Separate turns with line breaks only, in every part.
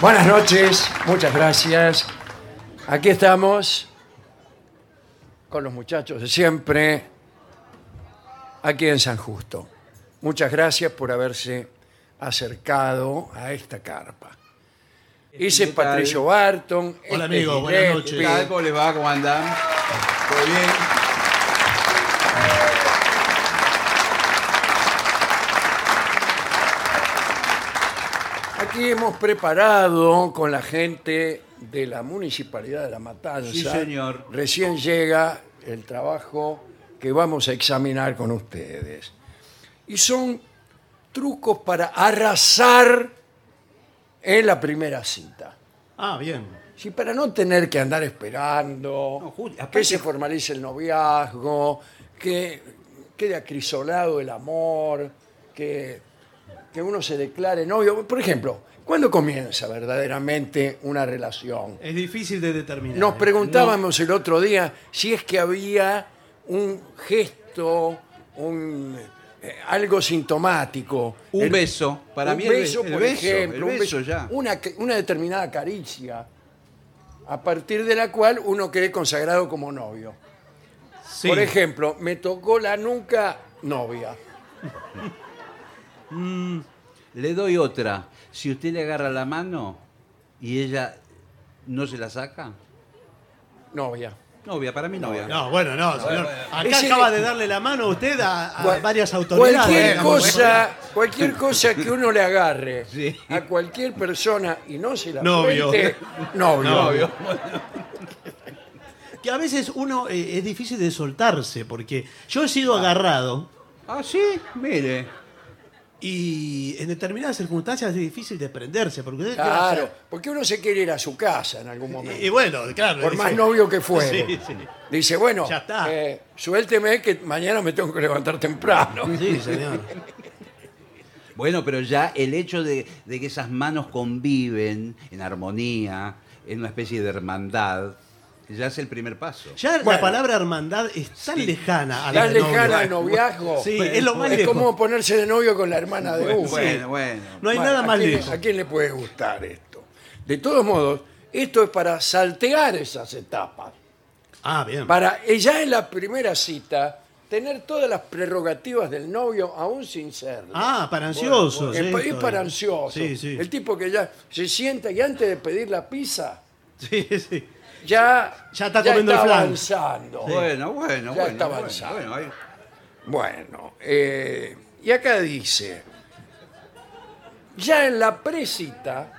Buenas noches, muchas gracias. Aquí estamos con los muchachos de siempre, aquí en San Justo. Muchas gracias por haberse acercado a esta carpa. Ese es
¿Qué tal?
Patricio Barton.
Hola,
este es
amigo, buenas
Gillespie.
¿Qué tal? ¿Cómo les va? ¿Cómo andan? ¿Todo bien?
Aquí hemos preparado con la gente de la Municipalidad de La Matanza.
Sí, señor.
Recién llega el trabajo que vamos a examinar con ustedes. Y son trucos para arrasar en la primera cita.
Ah, bien.
Sí, para no tener que andar esperando,
No, Julio,
que
aparte-
se formalice el noviazgo, que quede acrisolado el amor, que, que uno se declare novio. Por ejemplo, ¿cuándo comienza verdaderamente una relación?
Es difícil de determinar.
Nos
¿eh?
preguntábamos el otro día si es que había un gesto, un eh, algo sintomático.
Un
El-
beso. Para
un
mí el
beso,
be- el
por
beso,
ejemplo,
el
un
beso
beso-
ya.
Una, que- una determinada caricia, a partir de la cual uno quede consagrado como novio.
No. Sí.
Por ejemplo, me tocó la nunca novia.
Le doy otra. Si usted le agarra la mano y ella no se la saca,
Novia.
novia, para mí novia.
No, bueno, no, señor. Acá
Ese-
acaba de darle la mano usted a, a
Cual-
Ah, varias autoridades.
Cualquier
digamos.
cosa, cualquier cosa que uno le agarre
Sí.
a cualquier persona y no se la
Novio.
apriete, novio.
Novio. Que a veces uno eh, es difícil de soltarse, porque yo he sido agarrado
Ah, sí, mire.
y en determinadas circunstancias es difícil desprenderse. Porque usted- ¿qué va a
Claro,
hacer?
porque uno se quiere ir a su casa en algún momento.
Y, y bueno, claro.
por
dice-
más novio que fuere.
Sí, sí.
Dice, bueno,
Ya está.
eh, suélteme que mañana me tengo que levantar temprano.
Sí, señor.
Bueno, pero ya el hecho de, de que esas manos conviven en armonía, en una especie de hermandad, ya es el primer paso.
Ya
Bueno.
la palabra hermandad es tan lejana a la
Tan
de novio. eh.
lejana al noviazgo.
Sí, es lo más
Es
lejos.
como ponerse de novio con la hermana de uno.
Bueno, bueno.
No hay
Bueno,
nada
¿a
más
quién-
lejos.
¿A quién le puede gustar esto? De todos modos, esto es para saltear esas etapas.
Ah, bien.
Para eh, ya en la primera cita tener todas las prerrogativas del novio aún sin serlo.
Ah, para ansiosos.
Es pa- es
esto.
para ansioso.
Sí, sí.
El tipo que ya se sienta y antes de pedir la pizza,
Sí, sí.
ya,
Ya está comiendo el
está
flan.
avanzando.
Bueno, bueno,
Ya
bueno.
está
bueno,
avanzado.
bueno, ahí-
Bueno, eh, y acá dice, ya en la presita,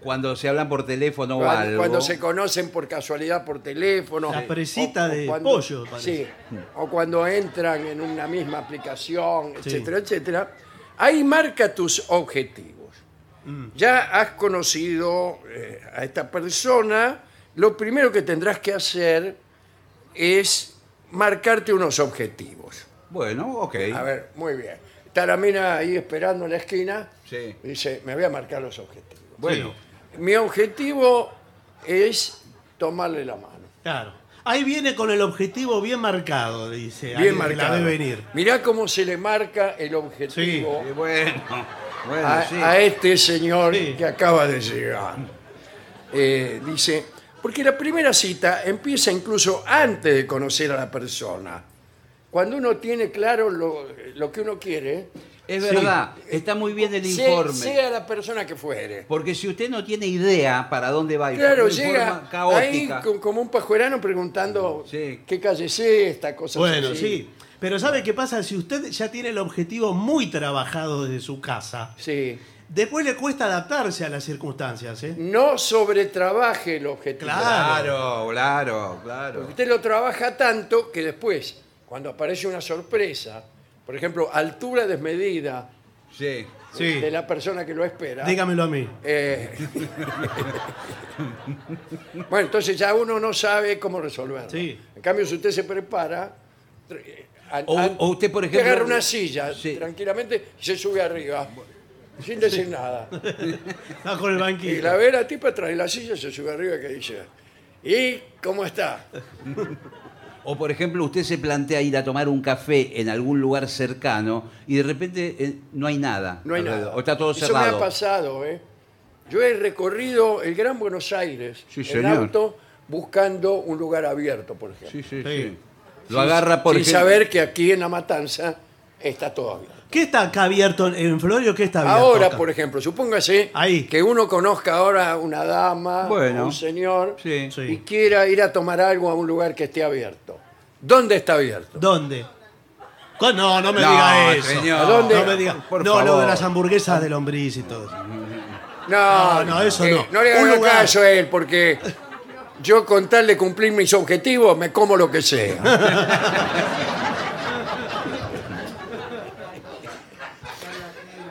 Cuando se hablan por teléfono o
cuando,
algo.
cuando se conocen por casualidad por teléfono,
La presita de pollo, parece.
sí, o cuando entran en una misma aplicación, etcétera, etcétera, ahí marca tus objetivos.
Mm.
Ya has conocido eh, a esta persona, lo primero que tendrás que hacer es marcarte unos objetivos.
Bueno, ok.
A ver, muy bien. Está la mina ahí esperando en la esquina.
Sí.
Dice, me voy a marcar los objetivos.
Bueno,
Mi objetivo es tomarle la mano.
Claro. Ahí viene con el objetivo bien marcado, dice.
Bien
alguien que
marcado.
La debe venir.
Mirá cómo se le marca el objetivo
eh, bueno, bueno,
a,
sí.
a este señor
Sí.
que acaba de llegar. Eh, dice, porque la primera cita empieza incluso antes de conocer a la persona. Cuando uno tiene claro lo, lo que uno quiere,
Es verdad, está muy bien el
se-
informe.
sea la persona que fuere.
Porque si usted no tiene idea para dónde va y
Claro,
forma
llega ahí
caótica.
co- como un pajuerano preguntando
Sí.
qué calle es esta, cosas
Bueno, sí.
así.
Pero ¿sabe qué pasa? Si usted ya tiene el objetivo muy trabajado desde su casa,
Sí.
después le cuesta adaptarse a las circunstancias, ¿eh?
No sobretrabaje el objetivo.
Claro, claro, claro.
Usted lo trabaja tanto que después, cuando aparece una sorpresa, por ejemplo, altura desmedida
Sí.
Sí.
de la persona que lo espera.
Dígamelo a mí.
Eh, bueno, entonces ya uno no sabe cómo resolverlo.
Sí.
En cambio, si usted se prepara... tr- eh, a-
O-
a-
o usted, por ejemplo-
agarra una silla
Sí.
tranquilamente y se sube arriba, sin decir nada.
Va con el
Y
banquillo.
la ve la tipa trae la silla y se sube arriba que dice... ¿Y cómo está?
O por ejemplo, usted se plantea ir a tomar un café en algún lugar cercano y de repente eh, no hay nada.
No hay
alrededor.
nada.
O está todo
Eso me ha
cerrado.
pasado, ¿eh? Yo he recorrido el Gran Buenos Aires
Sí,
en
señor.
auto buscando un lugar abierto, por ejemplo.
Sí, sí, sí.
Sí.
Lo agarra por
Sin
ejemplo-
saber que aquí en La Matanza está todo abierto.
¿Qué está acá abierto en Florio? ¿Qué está abierto?
Ahora,
acá?
por ejemplo, supóngase
Ahí.
que uno conozca ahora una dama,
Bueno.
un señor,
Sí.
Sí.
y quiera ir a tomar algo a un lugar que esté abierto. ¿Dónde está abierto?
¿Dónde? Co- No, no me
No,
diga eso.
señor.
¿A dónde?
No me diga.
Por
no, lo
favor.
de las hamburguesas de lombriz y todo eso.
No,
No, no, eso no.
No le
Un
hago
lugar.
caso a él, porque yo con tal de cumplir mis objetivos me como lo que sea.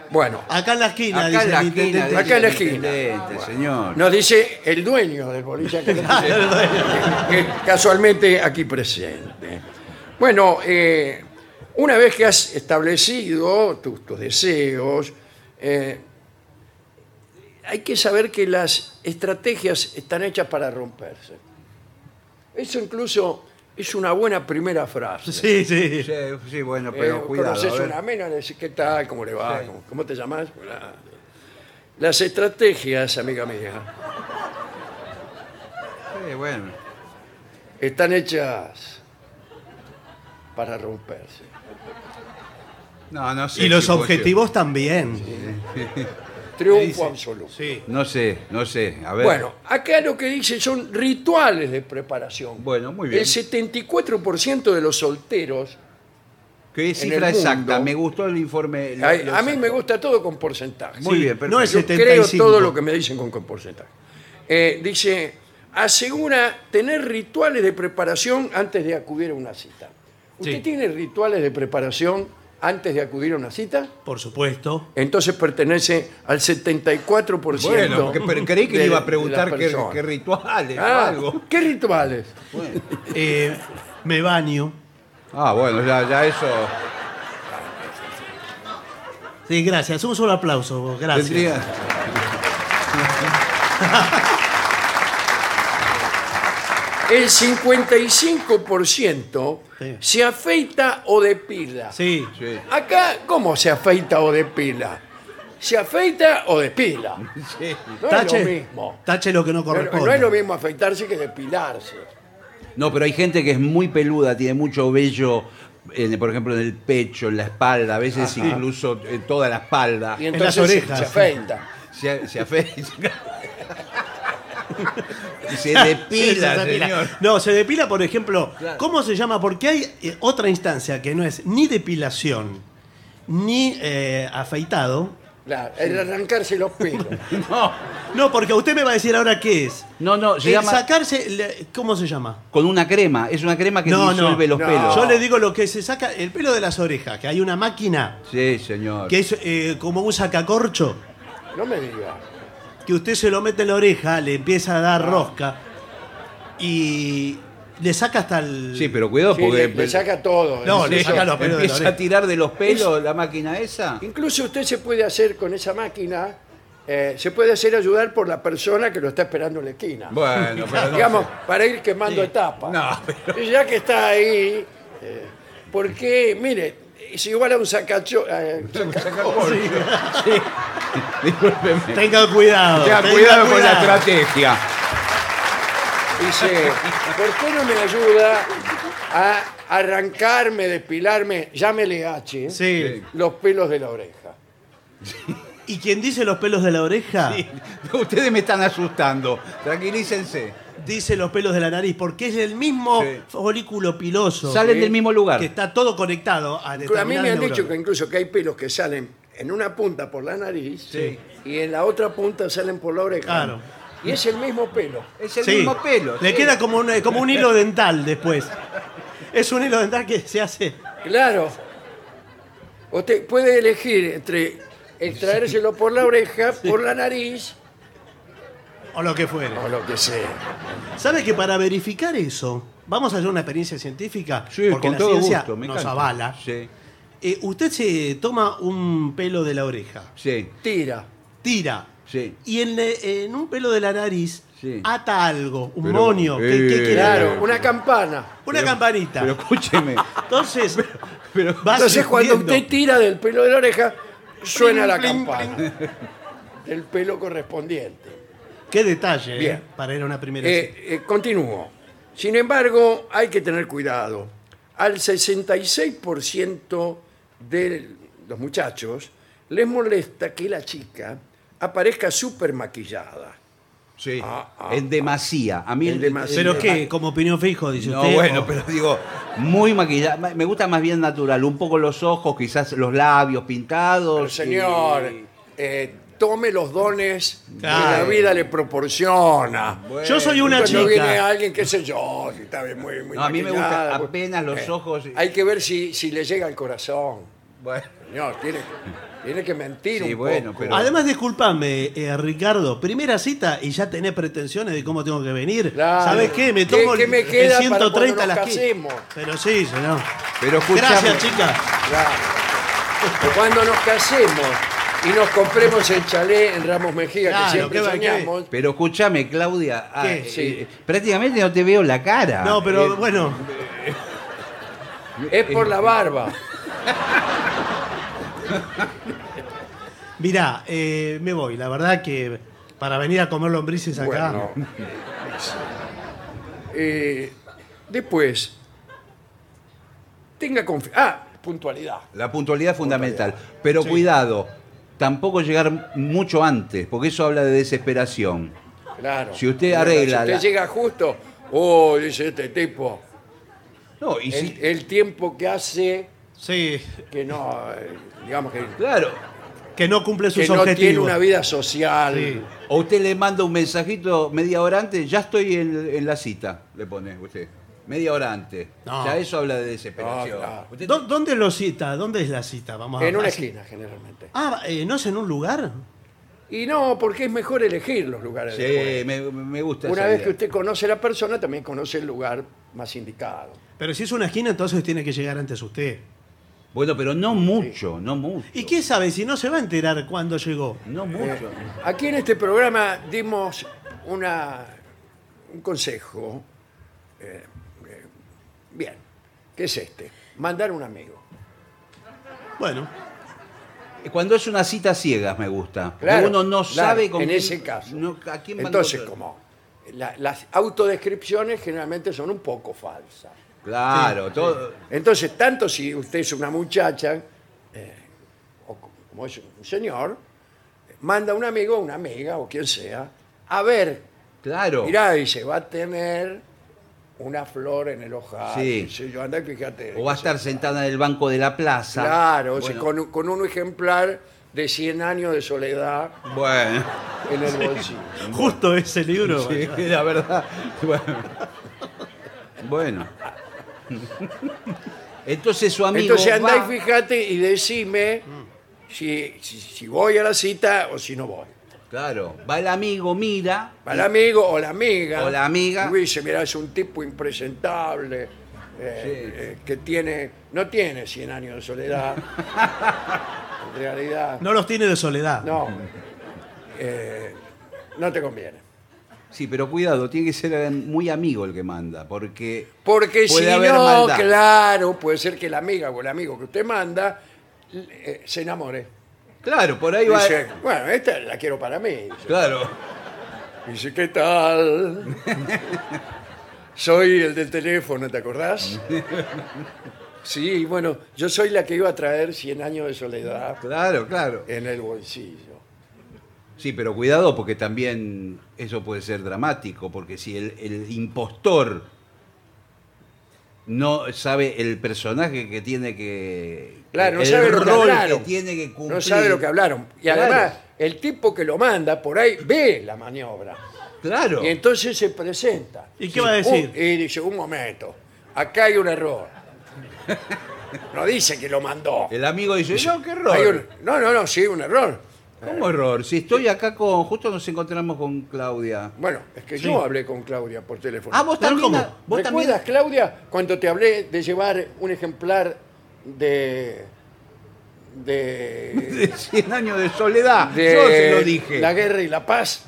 bueno,
Acá en la esquina,
Acá
dice
en la
el
esquina.
intendente.
dice
Acá en la
el
esquina. Ah,
intendente, señor.
nos dice el dueño del boliche que, que casualmente aquí presente. Bueno, eh, una vez que has establecido tus, tus deseos, eh, hay que saber que las estrategias están hechas para romperse. Eso incluso es una buena primera frase.
Sí, sí.
Sí, sí, bueno,
Eh,
pero cuidado.
conoces
a ver.
una mina, le decís, ¿qué tal? ¿Cómo le va? ¿Cómo, cómo te llamas? Hola. Las estrategias, amiga mía,
Sí, bueno.
están hechas para romperse.
No, no sé.
Y los
si vos-
objetivos también.
Triunfo absoluto.
Sí.
No sé, no sé. A ver.
Bueno, acá lo que dice son rituales de preparación.
Bueno, muy bien.
El 74% de los solteros,
¿Qué cifra
el mundo-
exacta? Me gustó el informe. lo-
a, a
lo
mí
exacto.
me gusta todo con porcentaje.
Muy
Sí,
bien, perfecto.
No es
Yo
75.
creo todo lo que me dicen con, con porcentaje. Eh, dice, asegura tener rituales de preparación antes de acudir a una cita. ¿Usted
Sí.
tiene rituales de preparación antes de acudir a una cita?
Por supuesto.
Entonces pertenece al 74%.
Bueno, porque pero creí que
de-
le iba a
de
preguntar
las
qué,
personas.
qué rituales o
Ah,
algo.
¿Qué rituales?
Eh, me baño.
Ah, bueno, ya, ya eso.
Sí, gracias. Un solo aplauso. Gracias.
Tendría.
El 55%
Sí.
se afeita o depila.
Sí.
Sí,
Acá, ¿cómo se afeita o depila? ¿Se afeita o depila?
sí.
No
Tache,
es lo mismo.
tache lo que no
No,
corresponde.
no es lo mismo afeitarse que depilarse.
No, pero hay gente que es muy peluda, tiene mucho vello, en- por ejemplo, en el pecho, en la espalda, a veces incluso en toda la espalda.
Y
En
entonces
las orejas.
se afeita.
Se, se afeita. y se depila,
Sí, se depila.
señor.
No, se depila, por ejemplo,
Claro.
¿cómo se llama? Porque hay eh, otra instancia que no es ni depilación, ni eh, afeitado.
Claro, el arrancarse los pelos.
No,
No, porque usted me va a decir ahora qué es.
no, no, se
El
llama
sacarse, le- ¿cómo se llama?
con una crema. Es una crema que
No, no,
disuelve los
no.
pelos.
Yo le digo lo que se saca, el pelo de las orejas, que hay una máquina
Sí, señor.
que es eh, como un sacacorcho,
No me diga.
que usted se lo mete en la oreja, le empieza a dar rosca y le saca hasta el...
Sí, pero cuidado
Sí,
porque.
le, le saca todo.
No,
Sí,
le saca los pelos de la
Empieza a
oreja.
tirar de los pelos la máquina esa.
Incluso usted se puede hacer con esa máquina, eh, se puede hacer ayudar por la persona que lo está esperando en la esquina.
Bueno, pero no.
Digamos, para ir quemando
Sí.
etapas.
No, pero-
Y Ya que está ahí, eh, porque, mire, es igual a un sacacho. eh,
Sí. Discúlpeme.
Tenga cuidado.
Tenga
tenga
cuidado con la estrategia.
dice, ¿por qué no me ayuda a arrancarme, despilarme, llámele H,
Sí.
los pelos de la oreja?
Y quien dice los pelos de la oreja,
Ustedes me están asustando. Tranquilícense.
dice los pelos de la nariz, porque es el mismo
Sí.
folículo piloso.
Salen
Sí.
del mismo lugar.
Que está todo conectado a
A mí me han
determinadas
dicho que
neuronas.
incluso que hay pelos que salen en una punta por la nariz
Sí.
y en la otra punta salen por la oreja.
Claro.
Y es el mismo pelo.
Es el
Sí.
mismo pelo.
Le
sí.
queda como un, eh, como un hilo dental después. Es un hilo dental que se hace.
Claro. Usted puede elegir entre el traérselo por la oreja, por la nariz
O lo que fuere.
o lo que sea.
¿Sabe que para verificar eso, vamos a hacer una experiencia científica?
Sí,
porque
con
la
todo
ciencia
gusto, me
nos
encanta.
avala.
Sí,
Eh, usted se toma un pelo de la oreja,
sí,
Tira.
tira,
sí.
y en, eh, en un pelo de la nariz
Sí.
ata algo, un
Pero,
moño, ¿qué- qué
eh,
quiere?
Claro, una campana.
una
Pero-
campanita.
Pero escúcheme.
entonces, va
Entonces cuando
subiendo.
usted tira del pelo de la oreja, suena la
Pling,
campana. Del pelo correspondiente.
Qué detalle, ¿eh?
Bien.
para ir a una primera
Eh,
cita.
eh, continúo. Sin embargo, hay que tener cuidado. Al 66% de los muchachos les molesta que la chica aparezca súper maquillada.
Sí.
Ah, ah,
en demasía. A mí
En
el-
demasía.
Pero
sí.
qué, como opinión fijo, dice
No,
usted. Oh.
bueno,
o-
pero digo, muy maquillada. Me gusta más bien natural. Un poco los ojos, quizás los labios pintados.
Pero,
y-
señor, eh, tome los dones que la
Claro.
vida le proporciona.
Bueno,
Yo soy una
Cuando viene
chica.
alguien, qué sé yo, si está bien, muy, muy
No, a mí me gusta
maquillada, pues,
apenas los ojos y-
Hay que ver si, si le llega al corazón.
Bueno,
Señor, tiene, tiene que mentir
Sí,
un
bueno,
poco.
pero-
Además, discúlpame, eh, Ricardo, primera cita y ya tenés pretensiones de cómo tengo que venir.
Claro.
¿Sabes qué? Me
¿Qué-
tomo
qué
el-
me
el
queda para
130
cuando
a
nos
las quince.
casemos?
Pero sí, señor.
pero escúchame.
Gracias, chicas.
Claro. Cuando nos casemos y nos compremos el chalet en Ramos Mejía,
Claro,
que siempre
¿qué va- qué?
soñamos,
Pero escúchame, Claudia. ah,
¿Qué?
eh,
Sí.
prácticamente no te veo la cara.
Ah,
No, pero
Eh,
bueno,
es por la barba.
mirá, eh, me voy. La verdad que para venir a comer lombrices acá.
Bueno. Eh, después, tenga confianza. Ah, puntualidad.
La puntualidad es fundamental. Pero cuidado, tampoco llegar mucho antes, porque eso habla de desesperación.
Claro.
Si usted
Bueno,
arregla
Si usted
la-
llega justo, oh, dice este tipo.
No, y si.
El, el tiempo que hace
Sí,
que no, eh, digamos que,
Claro.
que no cumple sus
que no
objetivos.
tiene una vida social.
Sí.
O usted le manda un mensajito media hora antes, ya estoy en, en la cita, le pone usted. Media hora antes.
No.
Ya eso habla de desesperación.
No, claro.
Usted-
¿Dó- ¿Dónde lo cita? ¿Dónde es la cita? Vamos a
En una
así.
esquina, generalmente.
Ah, eh, ¿no es en un lugar?
Y no, porque es mejor elegir los lugares. de
Sí,
juego.
me, me gusta
Una
esa
vez
idea.
que usted conoce a la persona, también conoce el lugar más indicado.
Pero si es una esquina, entonces tiene que llegar antes usted.
Bueno, pero no mucho, no mucho.
¿Y quién sabe si no se va a enterar cuándo llegó?
No mucho.
Aquí en este programa dimos una, un consejo, eh, eh, bien, que es este, mandar un amigo.
Bueno,
Cuando es una cita ciegas me gusta. porque
Claro,
uno no
claro,
sabe con
En
quién-
ese caso.
no, a quién va a
Entonces,
encontrar.
como la- las autodescripciones generalmente son un poco falsas.
Claro, todo.
Entonces, tanto si usted es una muchacha, eh, o co- como es un señor, manda a un amigo, una amiga o quien sea, a ver,
Claro.
mirá, dice, va a tener una flor en el ojal,
Sí.
qué sé yo, anda y fíjate.
O va a estar sentada en el banco de la plaza.
Claro, o sea,
bueno.
con, un- con un ejemplar de 100 años de soledad
bueno.
en el bolsillo.
justo ese libro.
Sí, la verdad. Bueno. Bueno. Entonces su amigo.
Entonces andá
va-
y fíjate y decime si, si- si voy a la cita o si no voy.
Claro. Va el amigo, mira.
Va el amigo o la amiga.
O la amiga.
Y dice, mira, es un tipo impresentable, eh, eh, que tiene, no tiene 100 años de soledad. en realidad,
No los tiene de soledad.
no. Eh, no te conviene.
Sí, pero cuidado, tiene que ser muy amigo el que manda, porque.
Porque
Puede
si
haber
no,
maldad.
claro, puede ser que la amiga o el amigo que usted manda eh, se enamore.
Claro, por ahí va.
Dice, bueno, esta la quiero para mí.
Claro.
Dice, ¿qué tal? Soy el del teléfono, ¿te acordás? Sí, bueno, yo soy la que iba a traer 100 años de soledad
Claro, claro.
en el bolsillo.
Sí, pero cuidado porque también eso puede ser dramático, porque si el, el impostor no sabe el personaje que tiene que...
Claro, no
el
sabe lo que
rol que
hablaron.
tiene que cumplir.
No sabe lo que hablaron. Y
Claro.
además, el tipo que lo manda por ahí ve la maniobra.
Claro.
Y entonces se presenta.
¿Y qué va a decir?
Un- y dice, un momento, acá hay un error. No dice que lo mandó.
El amigo dice, no, qué
Hay
error.
un- no, no, no, sí, un error.
¿Cómo error? Si estoy acá con. Justo nos encontramos con Claudia.
Bueno, es que yo hablé con Claudia por teléfono.
Ah, vos
Pero
también.
¿cómo?
la- Vos también.
¿Recuerdas, Claudia, cuando te hablé de llevar un ejemplar de. de.
De 100 años de soledad.
de
Ah, Yo se lo dije.
La guerra y la paz?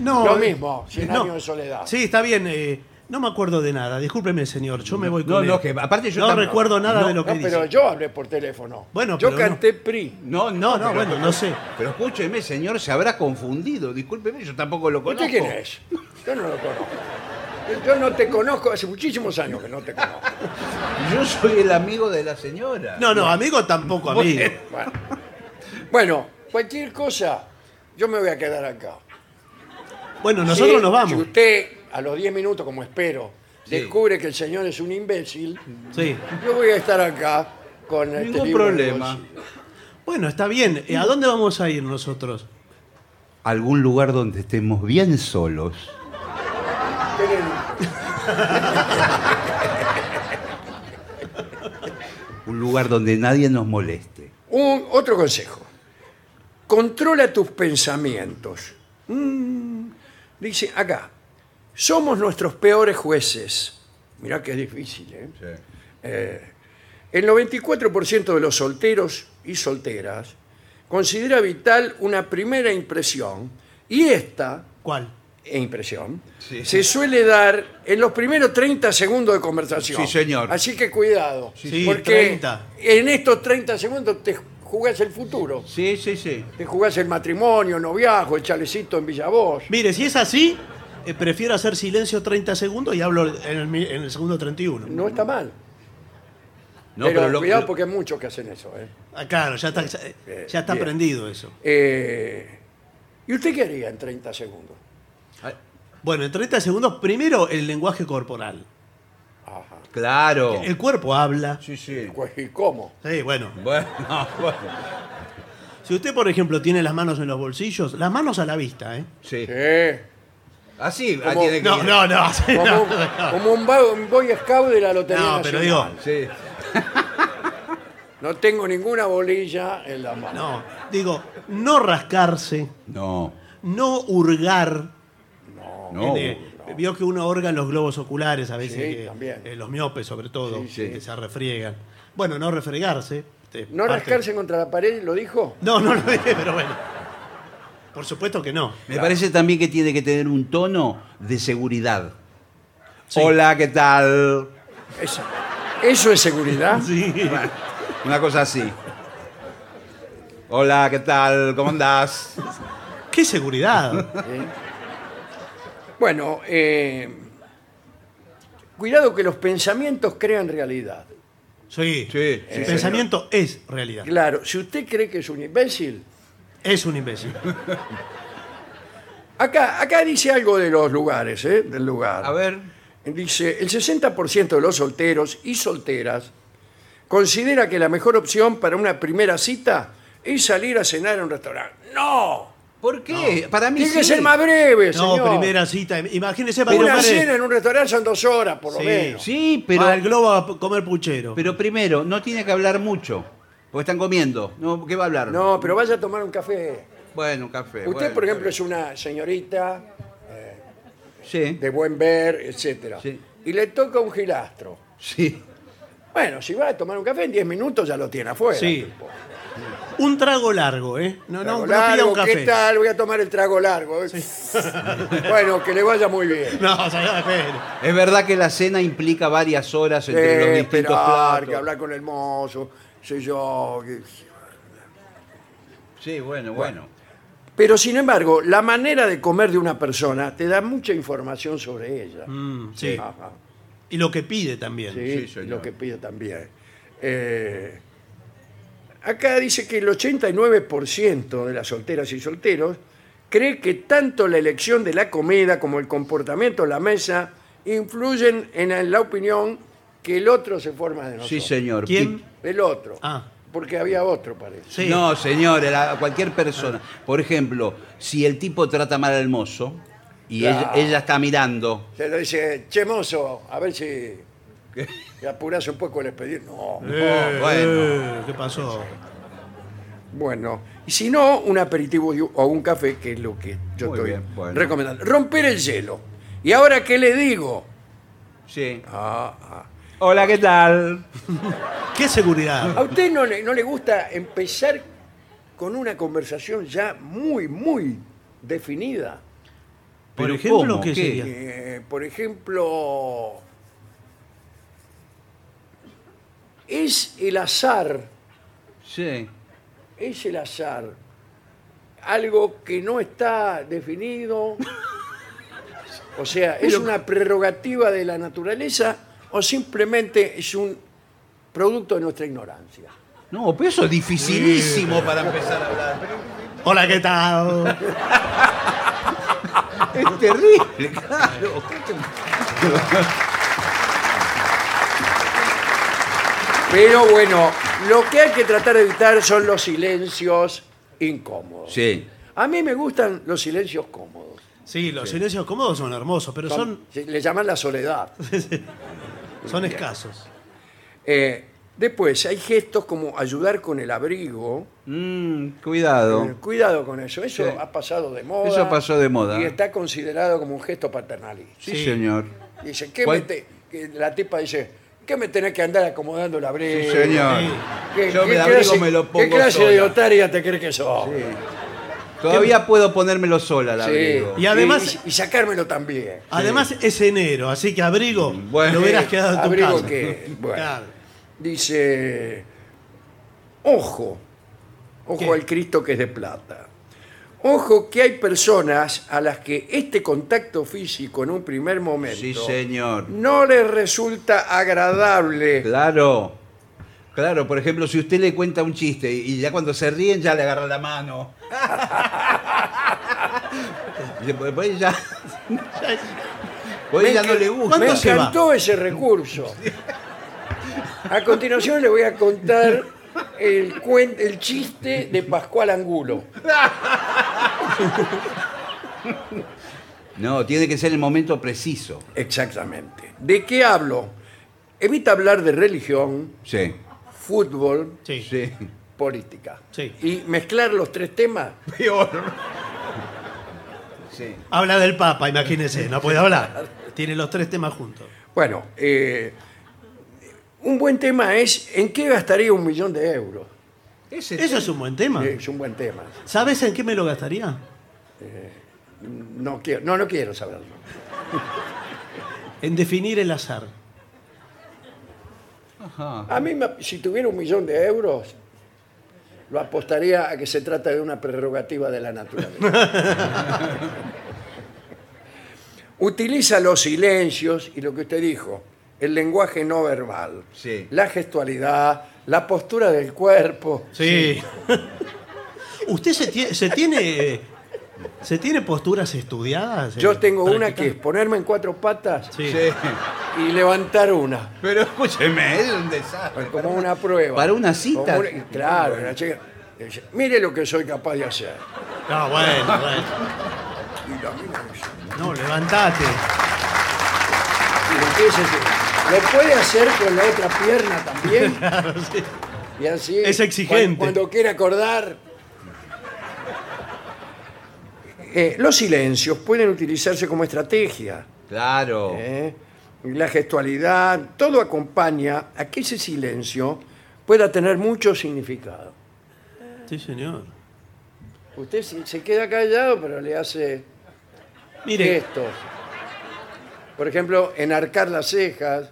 No,
Lo
eh,
mismo, Cien
no.
años de soledad.
Sí, está bien. eh, no me acuerdo de nada. Discúlpeme, señor. Yo me voy con
No,
él.
no, que aparte yo
No
tampoco-
recuerdo nada
no,
de lo que
No,
dice.
pero yo hablé por teléfono.
Bueno,
yo
pero no.
canté PRI.
No,
No,
no,
no,
pero-
bueno, no sé.
Pero escúcheme, señor, se habrá confundido. Discúlpeme, yo tampoco lo conozco.
¿Usted quién es? Yo no lo conozco. Yo- Yo no te conozco, hace muchísimos años que no te conozco.
Yo soy el amigo de la señora.
No, no, amigo tampoco, amigo.
Bueno, Bueno, cualquier cosa, yo me voy a quedar acá.
Bueno, nosotros
Si-
nos
Si
vamos.
usted, a los 10 minutos, como espero,
Sí.
descubre que el señor es un imbécil,
Sí.
yo voy a estar acá con este
Ningún
libro en el
problema.
bolsillo.
Bueno, está bien. Eh, ¿A dónde vamos a ir nosotros?
Algún lugar donde estemos bien solos.
Tienen-
Un lugar donde nadie nos moleste.
un- otro consejo. Controla tus pensamientos. Mm, dice acá, somos nuestros peores jueces. Mirá que es difícil, ¿eh? El 94% de los solteros y solteras considera vital una primera impresión y esta
¿Cuál?
e impresión
Sí.
se suele dar en los primeros 30 segundos de conversación.
Sí, señor.
Así que cuidado,
Sí,
porque
30.
en estos 30 segundos te jugás el futuro.
Sí, sí, sí.
Te jugás el matrimonio, noviazgo, el chalecito en Villavoz.
Mire, si es así, eh, prefiero hacer silencio 30 segundos y hablo en el, mi- en el segundo 31.
No está mal.
No,
pero,
pero lo-
cuidado porque hay muchos que hacen eso. ¿eh?
Ah, claro, ya está, ya, ya está
bien.
prendido eso.
Eh, ¿Y usted qué haría en 30 segundos?
Ah,
Bueno, en 30 segundos, primero el lenguaje corporal.
Ajá. Oh.
Claro.
El cuerpo habla.
Sí, sí.
Pues, ¿Y cómo?
Sí, bueno.
Bueno, bueno.
Si usted, por ejemplo, tiene las manos en los bolsillos, las manos a la vista, ¿eh?
Sí.
Sí.
Así ah,
Como-
tiene que
No,
ir.
no, no. sí,
Como,
no,
un-
no.
como un, ba- un boy scout de la lotería.
No, pero digo,
Nacional.
Sí.
No tengo ninguna bolilla en la mano.
no. Digo, no rascarse,
No.
no hurgar.
No.
Tiene- Vio que uno orga en los globos oculares a veces,
Sí,
que-
también.
eh, los miopes sobre todo,
Sí, sí.
que se refriegan. Bueno, no refregarse. este,
No
parte-
rascarse contra la pared, ¿lo dijo?
No, no lo dije, pero bueno. Por supuesto que no.
Me parece también que tiene que tener un tono de seguridad.
Sí.
Hola, ¿qué tal?
Eso, eso es seguridad.
Sí.
Una cosa así. Hola, ¿qué tal? ¿Cómo andás?
¡Qué seguridad!
Bueno, eh, cuidado que los pensamientos crean realidad.
Sí.
Sí, sí,
El pensamiento es realidad.
Claro, si usted cree que es un imbécil,
Es un imbécil.
acá, acá dice algo de los lugares, ¿eh? del lugar.
A ver.
Dice, el 60% de los solteros y solteras considera que la mejor opción para una primera cita es salir a cenar a un restaurante. ¡No!
¿Por qué? Para mí
Tiene que
sí.
ser más breve,
No,
señor.
primera cita. Imagínese para
Una
comer-
cena en un restaurante son dos horas, por lo
Sí,
menos.
Sí, pero,
Para el globo a p- comer puchero.
pero primero, no tiene que hablar mucho. Porque están comiendo. No, ¿Qué va a hablar?
No, pero vaya a tomar un café.
Bueno, un café.
Usted,
bueno.
por ejemplo, es una señorita
Sí.
de buen ver, etcétera.
Sí.
Y le toca un gilastro.
Sí.
Bueno, si va a tomar un café, en 10 minutos ya lo tiene afuera.
Sí.
tipo.
Un trago largo, ¿eh? No, no,
Trago
no pida
largo,
un café.
¿qué tal? Voy a tomar el trago largo. bueno, que le vaya muy bien.
No, señor, espere.
Es verdad que la cena implica varias horas entre
Eh,
los distintos
esperar,
platos.
que hablar con el mozo, sé yo. que-
Sí, bueno, bueno.
Pero sin embargo, la manera de comer de una persona te da mucha información sobre ella. Ah,
Mm, sí.
Ajá.
Y lo que pide también.
Sí,
Sí, señor.
lo que pide también. Eh, acá dice que el 89% de las solteras y solteros cree que tanto la elección de la comida como el comportamiento de la mesa influyen en la opinión que el otro se forma de
Sí,
nosotros.
señor.
¿Quién?
Del otro.
Ah.
Porque había otro, parece.
Sí.
No, señor, era cualquier persona. Por ejemplo, si el tipo trata mal al mozo y
Claro.
ella, ella está mirando.
Se lo dice, che mozo, a ver si que apuras un poco el expedir. No.
Eh,
bueno.
eh, ¿Qué pasó?
Bueno, y si no, un aperitivo y- o un café, que es lo que yo
Muy
estoy
bien, bueno.
recomendando. Romper el hielo. ¿Y ahora qué le digo?
Sí.
Ah, ah.
Hola, ¿qué tal?
¿Qué seguridad?
¿A usted no le, no le gusta empezar con una conversación ya muy, muy definida?
Por
Pero
ejemplo,
¿cómo?
¿qué,
¿Qué?
sería?
Eh, por ejemplo, es el azar,
Sí.
es el azar, algo que no está definido, o sea, es una prerrogativa de la naturaleza o simplemente es un producto de nuestra ignorancia.
No, pero eso es dificilísimo para empezar a hablar.
Hola, ¿qué tal?
Es terrible, claro.
Pero bueno, lo que hay que tratar de evitar son los silencios incómodos.
Sí.
A mí me gustan los silencios cómodos.
Sí, los silencios cómodos son hermosos, pero
Son-
son,
se- le llaman la soledad.
son escasos.
Eh, después, hay gestos como ayudar con el abrigo.
Mm, cuidado.
Eh, Cuidado con eso. Eso
Sí.
ha pasado de moda.
Eso pasó de moda.
Y está considerado como un gesto paternalista.
Sí,
Sí.
señor.
Dice, ¿qué
¿Cuál?
me te- que la tipa dice, ¿qué me tenés que andar acomodando el abrigo?
Sí, señor.
Sí.
Eh, ¿Qué,
Yo
qué
me abrigo,
clase,
me lo
¿Qué
pongo
clase
sola.
de otaria te crees que sos?
Todavía puedo ponérmelo sola al
Sí.
abrigo.
Y además-
y, y sacármelo también.
Además, es enero, así que abrigo
Bueno.
lo hubieras quedado en tu
Abrigo
casa.
que- bueno.
Claro.
Dice, ojo, ojo
¿Qué?
al Cristo que es de plata. Ojo que hay personas a las que este contacto físico en un primer momento
Sí, señor.
no les resulta agradable.
Claro. Claro, por ejemplo, si usted le cuenta un chiste y ya cuando se ríen ya le agarra la mano. Y después- después ya, después ya no le gusta.
Me
¿Cuándo se va?
encantó ese recurso. A continuación le voy a contar el, cuen- el chiste de Pascual Angulo.
No, tiene que ser el momento preciso.
Exactamente. ¿De qué hablo? Evita hablar de religión,
Sí.
fútbol,
Sí.
Sí.
política.
Sí.
Y mezclar los tres temas.
Peor. Sí.
Habla del Papa, imagínese, no puede hablar. Tiene los tres temas juntos.
Bueno, eh, un buen tema es en qué gastaría un millón de euros.
Ese-
Eso es un buen tema.
Es un buen tema.
¿Sabes en qué me lo gastaría?
No quiero, no, no quiero saberlo.
En definir el azar.
Ajá.
A mí, me- si tuviera un millón de euros, lo apostaría a que se trata de una prerrogativa de la naturaleza. Utiliza los silencios y lo que usted dijo, el lenguaje no verbal,
Sí.
la gestualidad, la postura del cuerpo.
Sí. ¿Usted se tiene, se tiene eh, se tiene posturas estudiadas? eh,
Yo tengo una que es
practicadas?
ponerme en cuatro patas
Sí.
Sí.
y levantar una,
Pero escúcheme, es un desastre.
como una prueba.
Para una cita.
Como una- claro, una chica- mire lo que soy capaz de hacer.
No, bueno, bueno.
Y la mina dice,
No, levantate.
Y lo que es ese, Lo puede hacer con la otra pierna también.
Claro, sí.
Y así.
Es exigente.
cuan- Cuando, quiera acordar. Eh, los silencios pueden utilizarse como estrategia.
Claro.
¿eh? La gestualidad, todo acompaña a que ese silencio pueda tener mucho significado.
Sí, señor.
Usted se se queda callado, pero le hace
Mire,
gestos. Por ejemplo, enarcar las cejas.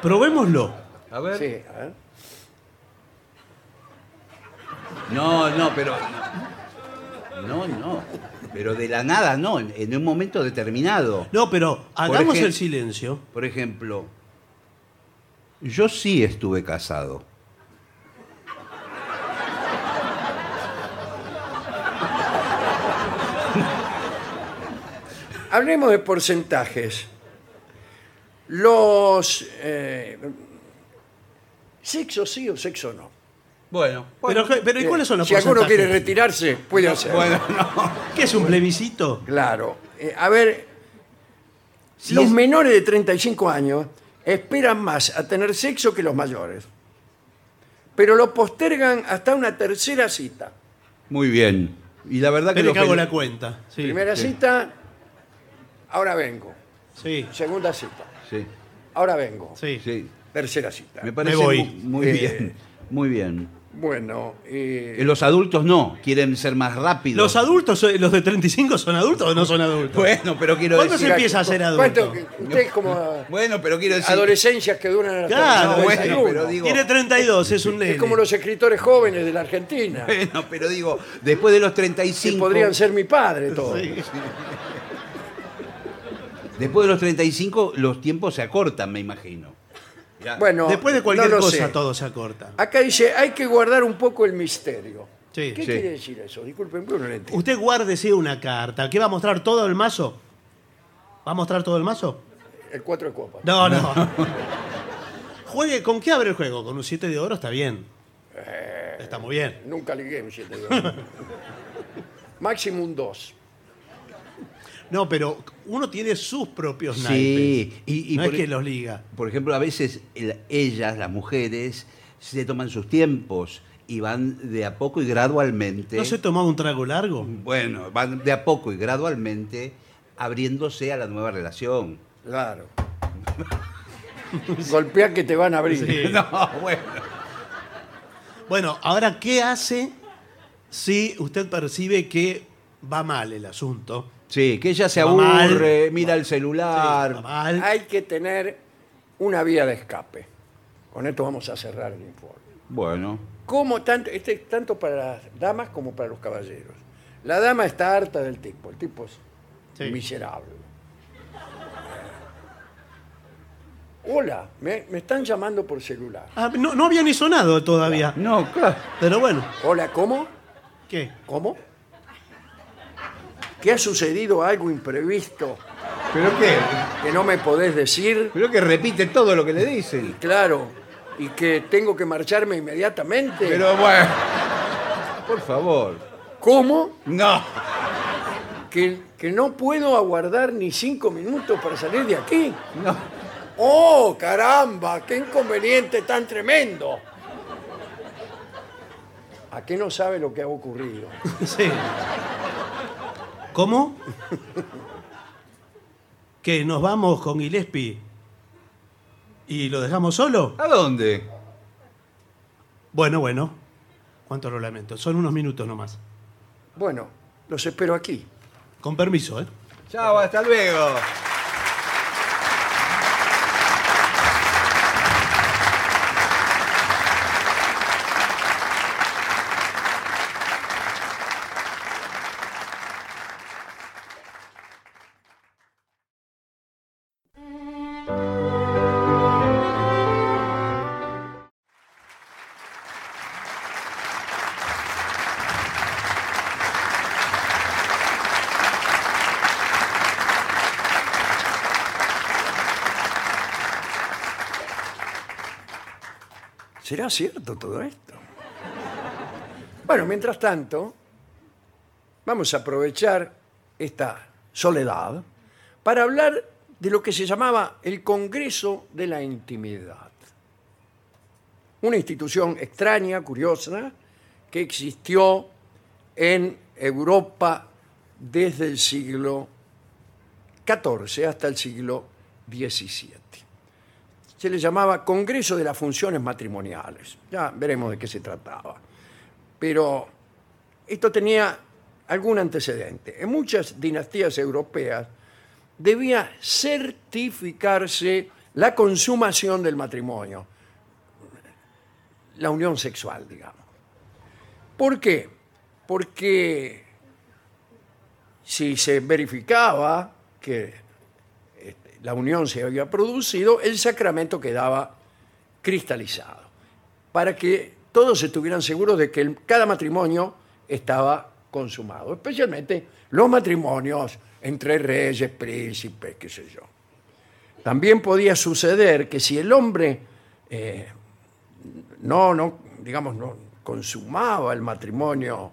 probémoslo.
A ver.
Sí, ¿eh?
No, no, pero. No, no. Pero de la nada, no. En un momento determinado.
No, pero hagamos
ejemplo-
el silencio.
Por ejemplo, yo sí estuve casado.
Hablemos de porcentajes. Los eh, sexo sí o sexo no.
Bueno,
Pero, ¿qué- pero ¿y cuáles son
eh,
los
si alguno
porcentajes?
quiere retirarse, puede hacerlo.
Bueno, no.
¿Qué es un plebiscito?
Claro. Eh, a ver,
Si
los
es-
menores de 35 años esperan más a tener sexo que los mayores, pero lo postergan hasta una tercera cita.
Muy bien. Y la verdad que
Espere
los
que hago
fel-
la cuenta. Sí.
Primera
sí.
cita, ahora vengo.
Sí,
Segunda cita,
Sí,
ahora vengo.
sí.
sí.
Tercera cita.
Me parece
Me voy.
mu- muy
Eh,
bien. Muy bien.
Bueno, eh,
Eh, Los adultos no, quieren ser más rápidos.
¿Los adultos, eh, los de 35 son adultos o no son adultos?
Bueno, pero quiero
¿Cuándo
decir.
se empieza a ser
¿cuánto
adulto?
que- usted es como
Bueno, pero quiero decir.
adolescencias que duran hasta
Claro,
los
bueno,
91.
pero digo-
Tiene 32, es un nene.
Es como los escritores jóvenes de la Argentina,
Eh,
Bueno, pero digo, después de los
que
35.
podrían ser mi padre todos.
Sí.
Después de los 35, los tiempos se acortan, me imagino. Ya.
Bueno,
Después de cualquier
no lo
cosa
sé. Ah,
todo se acorta.
Acá dice, hay que guardar un poco el misterio.
Sí.
¿Qué
Sí.
quiere decir eso? Disculpen, pero no lo entiendo.
Usted guárdese una carta. ¿Qué va a mostrar todo el mazo? ¿Va a mostrar todo el mazo?
El cuatro de copas.
No, no. Juegue, ¿con qué abre el juego? Con un 7 de oro está bien. Está muy bien.
Nunca ligué un siete de oro. Máximo un 2.
No, pero uno tiene sus propios
Sí,
naipes.
y- y
no es
por-
que los liga.
Por ejemplo, a veces el- ellas, las mujeres, se toman sus tiempos y van de a poco y gradualmente.
¿No se tomaba un trago largo?
Mm. Bueno, van de a poco y gradualmente abriéndose a la nueva relación.
Claro. Golpea que te van a abrir.
Sí.
No, bueno.
Bueno, ahora, ¿qué hace si usted percibe que va mal el asunto?
Sí, que ella se
Va mal.
aburre, mira el
Eh, Va
celular.
mal.
Hay que tener una vía de escape. Con esto vamos a cerrar el informe.
bueno,
Como tanto, este es tanto para las damas como para los caballeros. La dama está harta del tipo, el tipo es
Sí.
miserable. Hola, me, me están llamando por celular.
Ah, no, no había ni sonado todavía.
no, claro.
Pero bueno,
Hola, ¿cómo?
¿qué?
¿Cómo? ¿Qué ha sucedido algo imprevisto
Pero qué,
que no me podés decir?
pero que repite todo lo que le dicen.
Claro, y que tengo que marcharme inmediatamente.
Pero bueno, por favor.
¿Cómo?
No.
Que, que no puedo aguardar ni cinco minutos para salir de aquí.
No.
¡Oh, caramba! ¡Qué inconveniente tan tremendo! ¿A qué no sabe lo que ha ocurrido?
Sí. ¿Cómo? ¿Que nos vamos con Gillespie y lo dejamos solo?
¿A dónde?
Bueno, bueno. Cuánto lo lamento. Son unos minutos nomás.
Bueno, los espero aquí.
Con permiso, ¿eh?
Chao, hasta luego.
¿Será cierto todo esto? Bueno, mientras tanto, vamos a aprovechar esta soledad para hablar de lo que se llamaba el Congreso de la Intimidad. Una institución extraña, curiosa, que existió en Europa desde el siglo XIV hasta el siglo XVII se le llamaba Congreso de las Funciones Matrimoniales. Ya veremos de qué se trataba. Pero esto tenía algún antecedente. En muchas dinastías europeas debía certificarse la consumación del matrimonio, la unión sexual, digamos. ¿Por qué? Porque si se verificaba que la unión se había producido, el sacramento quedaba cristalizado, para que todos estuvieran seguros de que el- cada matrimonio estaba consumado, especialmente los matrimonios entre reyes, príncipes, qué sé yo. También podía suceder que si el hombre eh, no, no, digamos, no consumaba el matrimonio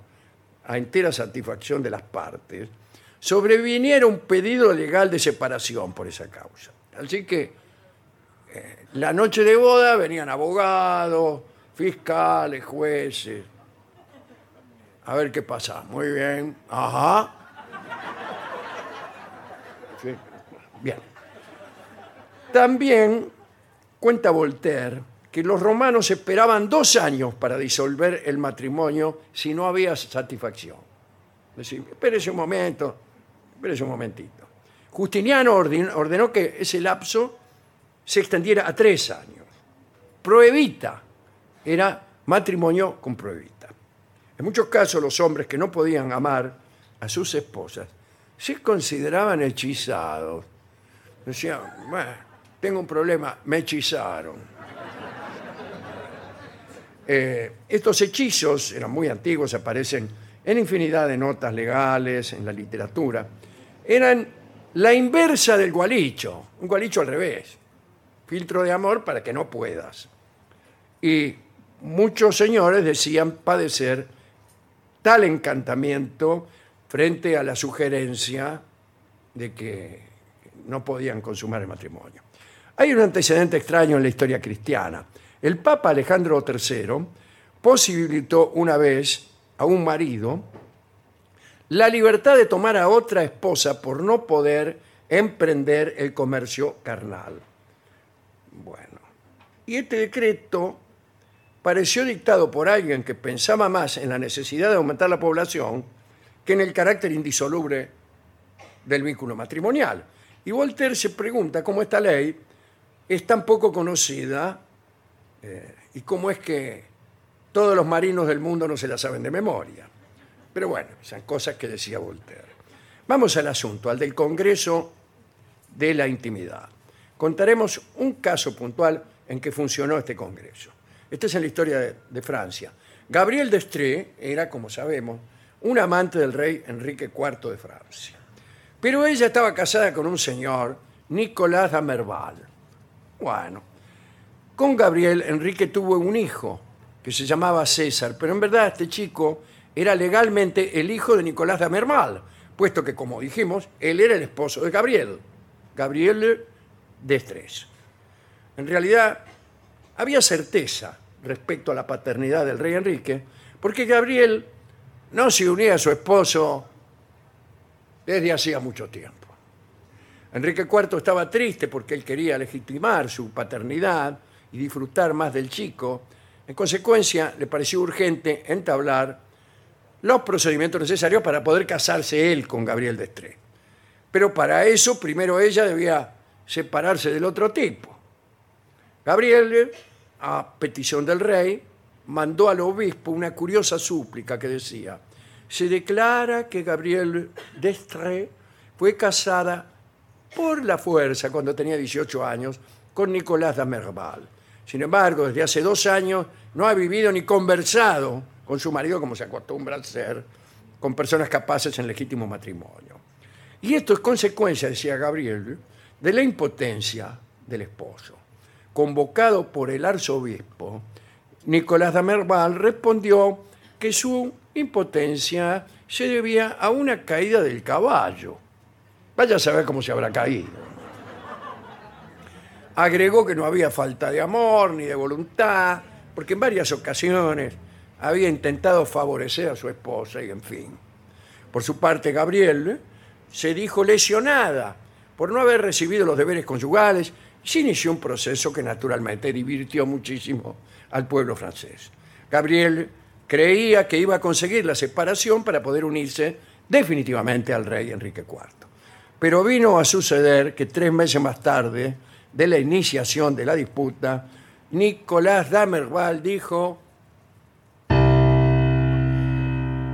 a entera satisfacción de las partes, sobreviniera un pedido legal de separación por esa causa. Así que eh, la noche de boda venían abogados, fiscales, jueces. A ver qué pasa. Muy bien. Ajá. Sí. Bien. También cuenta Voltaire que los romanos esperaban dos años para disolver el matrimonio si no había satisfacción. Es decir, espérese un momento, espérese un momentito. Justiniano orden- ordenó que ese lapso se extendiera a tres años. Prohibita era matrimonio con prohibita. En muchos casos los hombres que no podían amar a sus esposas se consideraban hechizados. Decían, bueno, tengo un problema, me hechizaron. Eh, estos hechizos eran muy antiguos, aparecen en infinidad de notas legales, en la literatura. Eran la inversa del gualicho, un gualicho al revés. Filtro de amor para que no puedas. Y muchos señores decían padecer tal encantamiento frente a la sugerencia de que no podían consumar el matrimonio. Hay un antecedente extraño en la historia cristiana. El Papa Alejandro III posibilitó una vez a un marido la libertad de tomar a otra esposa por no poder emprender el comercio carnal. Bueno, y este decreto pareció dictado por alguien que pensaba más en la necesidad de aumentar la población que en el carácter indisoluble del vínculo matrimonial. Y Voltaire se pregunta cómo esta ley es tan poco conocida eh, y cómo es que todos los marinos del mundo no se la saben de memoria. Pero bueno, esas cosas que decía Voltaire. Vamos al asunto, al del Congreso de la Intimidad. Contaremos un caso puntual en que funcionó este Congreso. Este es en la historia de, de Francia. Gabriel d'Estrées era, como sabemos, un amante del rey Enrique IV de Francia. Pero ella estaba casada con un señor, Nicolás Damerval. Bueno, con Gabriel Enrique tuvo un hijo que se llamaba César, pero en verdad este chico era legalmente el hijo de Nicolás Damerval, puesto que, como dijimos, él era el esposo de Gabriel, Gabriel de Estrés. En realidad, había certeza respecto a la paternidad del rey Enrique, porque Gabriel no se unía a su esposo desde hacía mucho tiempo. Enrique IV estaba triste porque él quería legitimar su paternidad y disfrutar más del chico. En consecuencia, le pareció urgente entablar los procedimientos necesarios para poder casarse él con Gabriel Destré. Pero para eso, primero ella debía separarse del otro tipo. Gabriel, a petición del rey, mandó al obispo una curiosa súplica que decía, se declara que Gabriel Destré fue casada por la fuerza cuando tenía 18 años con Nicolás Damerval. Sin embargo, desde hace dos años no ha vivido ni conversado con su marido como se acostumbra a hacer con personas capaces en legítimo matrimonio. Y esto es consecuencia, decía Gabriel, de la impotencia del esposo. Convocado por el arzobispo, Nicolás Damerval respondió que su impotencia se debía a una caída del caballo. Vaya a saber cómo se habrá caído. Agregó que no había falta de amor ni de voluntad, porque en varias ocasiones había intentado favorecer a su esposa y en fin. Por su parte, Gabriel ¿eh? se dijo lesionada por no haber recibido los deberes conyugales y se inició un proceso que naturalmente divirtió muchísimo al pueblo francés. Gabriel creía que iba a conseguir la separación para poder unirse definitivamente al rey Enrique IV. Pero vino a suceder que tres meses más tarde de la iniciación de la disputa, Nicolás Damerval dijo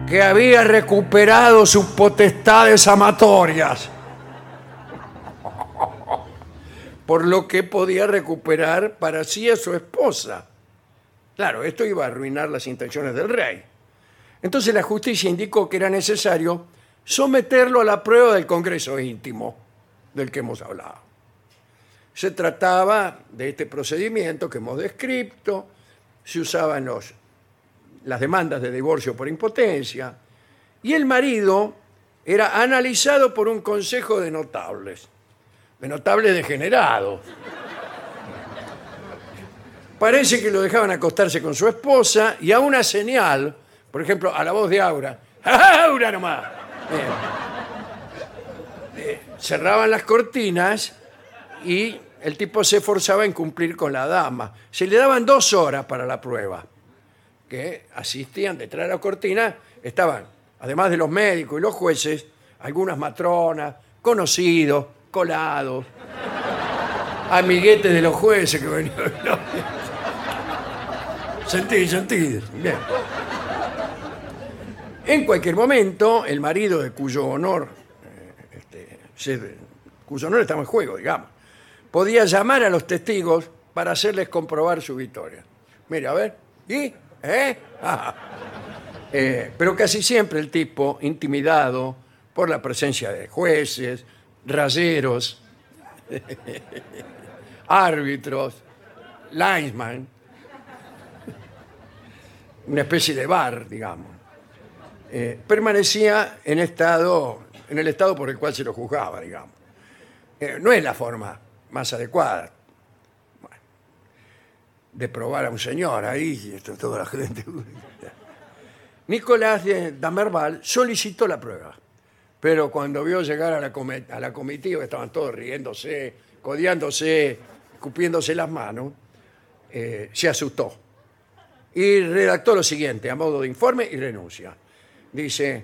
que había recuperado sus potestades amatorias, por lo que podía recuperar para sí a su esposa. Claro, esto iba a arruinar las intenciones del rey. Entonces la justicia indicó que era necesario someterlo a la prueba del Congreso íntimo del que hemos hablado. Se trataba de este procedimiento que hemos descrito, se usaba en los las demandas de divorcio por impotencia, y el marido era analizado por un consejo de notables, de notables degenerados. Parece que lo dejaban acostarse con su esposa y a una señal, por ejemplo, a la voz de Aura, ¡Ah, ¡Aura nomás! Eh, eh, cerraban las cortinas y el tipo se forzaba en cumplir con la dama. Se le daban dos horas para la prueba, que asistían detrás de la cortina, estaban, además de los médicos y los jueces, algunas matronas, conocidos, colados, amiguetes de los jueces que venían. Sentí, sentí. Bien. En cualquier momento, el marido de cuyo honor, eh, este, se- cuyo honor estaba en juego, digamos, podía llamar a los testigos para hacerles comprobar su victoria. Mira, a ver, ¿y? ¿Eh? Ajá. Eh, pero casi siempre el tipo, intimidado por la presencia de jueces, rayeros, árbitros, linesman, una especie de bar, digamos, eh, permanecía en estado, en el estado por el cual se lo juzgaba, digamos. Eh, no es la forma más adecuada bueno, de probar a un señor ahí, y esto, toda la gente. Nicolás de Damerval solicitó la prueba, pero cuando vio llegar a la, come- a la comitiva, estaban todos riéndose, codeándose, escupiéndose las manos, eh, se asustó y redactó lo siguiente, a modo de informe y renuncia. Dice,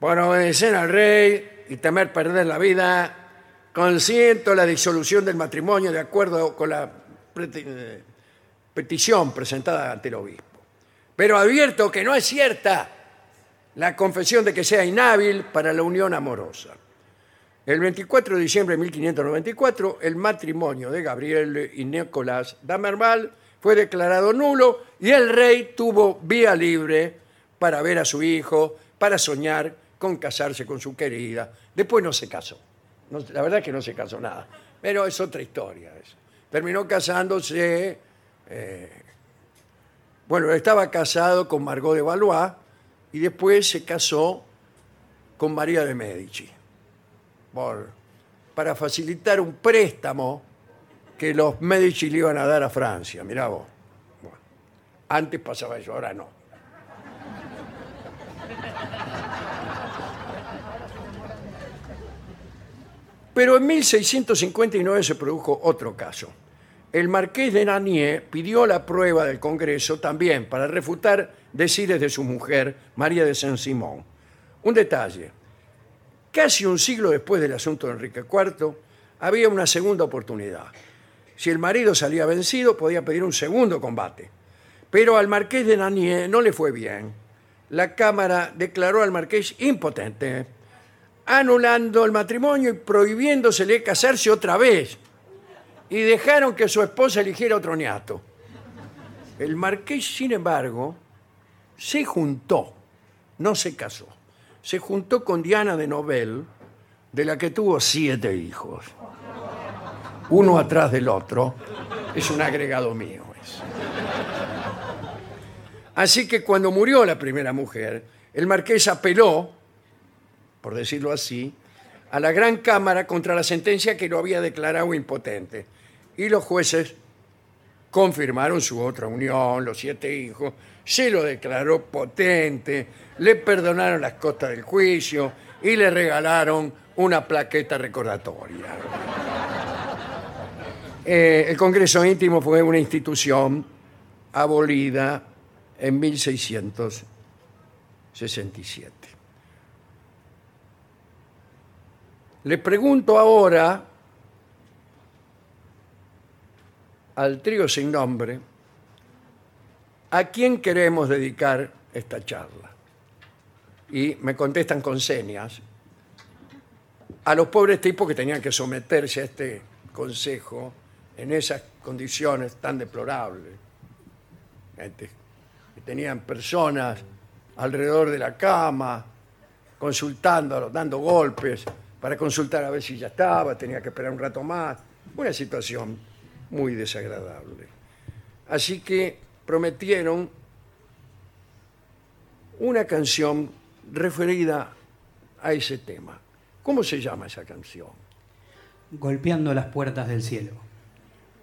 por obedecer al rey y temer perder la vida, consiento la disolución del matrimonio de acuerdo con la preti- eh, petición presentada ante el obispo. Pero advierto que no es cierta la confesión de que sea inhábil para la unión amorosa. El 24 de diciembre de 1594, el matrimonio de Gabriel y Nicolás Damerval fue declarado nulo y el rey tuvo vía libre para ver a su hijo, para soñar con casarse con su querida. Después no se casó. No- la verdad es que no se casó nada. Pero es otra historia. eso. Terminó casándose. eh, bueno, estaba casado con Margot de Valois y después se casó con María de Medici por- para facilitar un préstamo que los Medici le iban a dar a Francia. Mirá vos. Bueno, antes pasaba eso, ahora no. Pero en 1659 se produjo otro caso. El marqués de Nanier pidió la prueba del Congreso también para refutar decires de su mujer, María de Saint-Simon. Un detalle, Casi un siglo después del asunto de Enrique IV, había una segunda oportunidad. Si el marido salía vencido, podía pedir un segundo combate. Pero al marqués de Nanier no le fue bien. La Cámara declaró al marqués impotente, anulando el matrimonio y prohibiéndosele casarse otra vez. Y dejaron que su esposa eligiera otro niato. El marqués, sin embargo, se juntó, no se casó. Se juntó con Diana de Nobel, de la que tuvo siete hijos, uno atrás del otro. Es un agregado mío. eso. Así que cuando murió la primera mujer, el marqués apeló, por decirlo así, a la Gran Cámara contra la sentencia que lo había declarado impotente. Y los jueces confirmaron su otra unión, los siete hijos, se lo declaró potente, le perdonaron las costas del juicio y le regalaron una plaqueta recordatoria. Eh, el Congreso Íntimo fue una institución abolida en 1667. Le pregunto ahora al trío sin nombre, ¿a quién queremos dedicar esta charla? Y me contestan con señas a los pobres tipos que tenían que someterse a este consejo en esas condiciones tan deplorables. Gente que tenían personas alrededor de la cama, consultándolos, dando golpes para consultar a ver si ya estaba, tenía que esperar un rato más. Una situación muy desagradable. Así que prometieron una canción referida a ese tema. ¿Cómo se llama esa canción?
golpeando las puertas del cielo.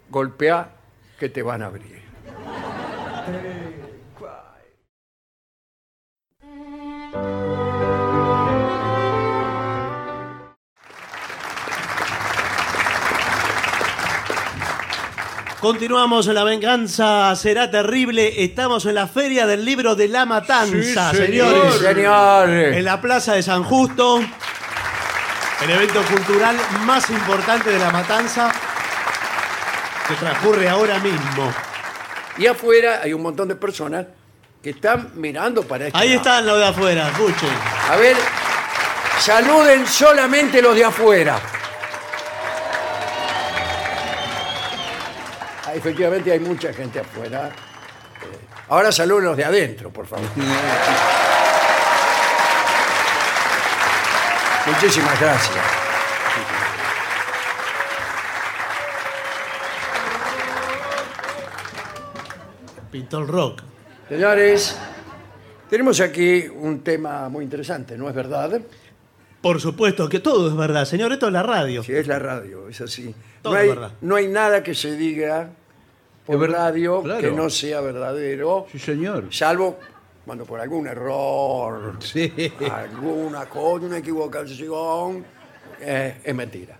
Golpea que te van a abrir.
Continuamos en La Venganza Será Terrible. Estamos en la Feria del Libro de la Matanza,
Sí,
señores.
Señores.
Ah, En la Plaza de San Justo. El evento cultural más importante de la Matanza que transcurre ahora mismo.
Y afuera hay un montón de personas que están mirando para este
Ahí
lado.
están los de afuera, escuchen.
A ver, saluden solamente los de afuera. Ah, efectivamente hay mucha gente afuera. Eh, Ahora saluden los de adentro, por favor. Muchísimas gracias.
Pintor Rock.
Señores, tenemos aquí un tema muy interesante, ¿no es verdad?
Por supuesto que todo es verdad, señor. Esto es la radio.
Sí, es la radio, es así.
Todo
no, hay,
es verdad.
no hay nada que se diga por radio
claro.
que no sea verdadero,
Sí, señor.
salvo cuando por algún error,
Sí.
alguna cosa, una equivocación, eh, es mentira.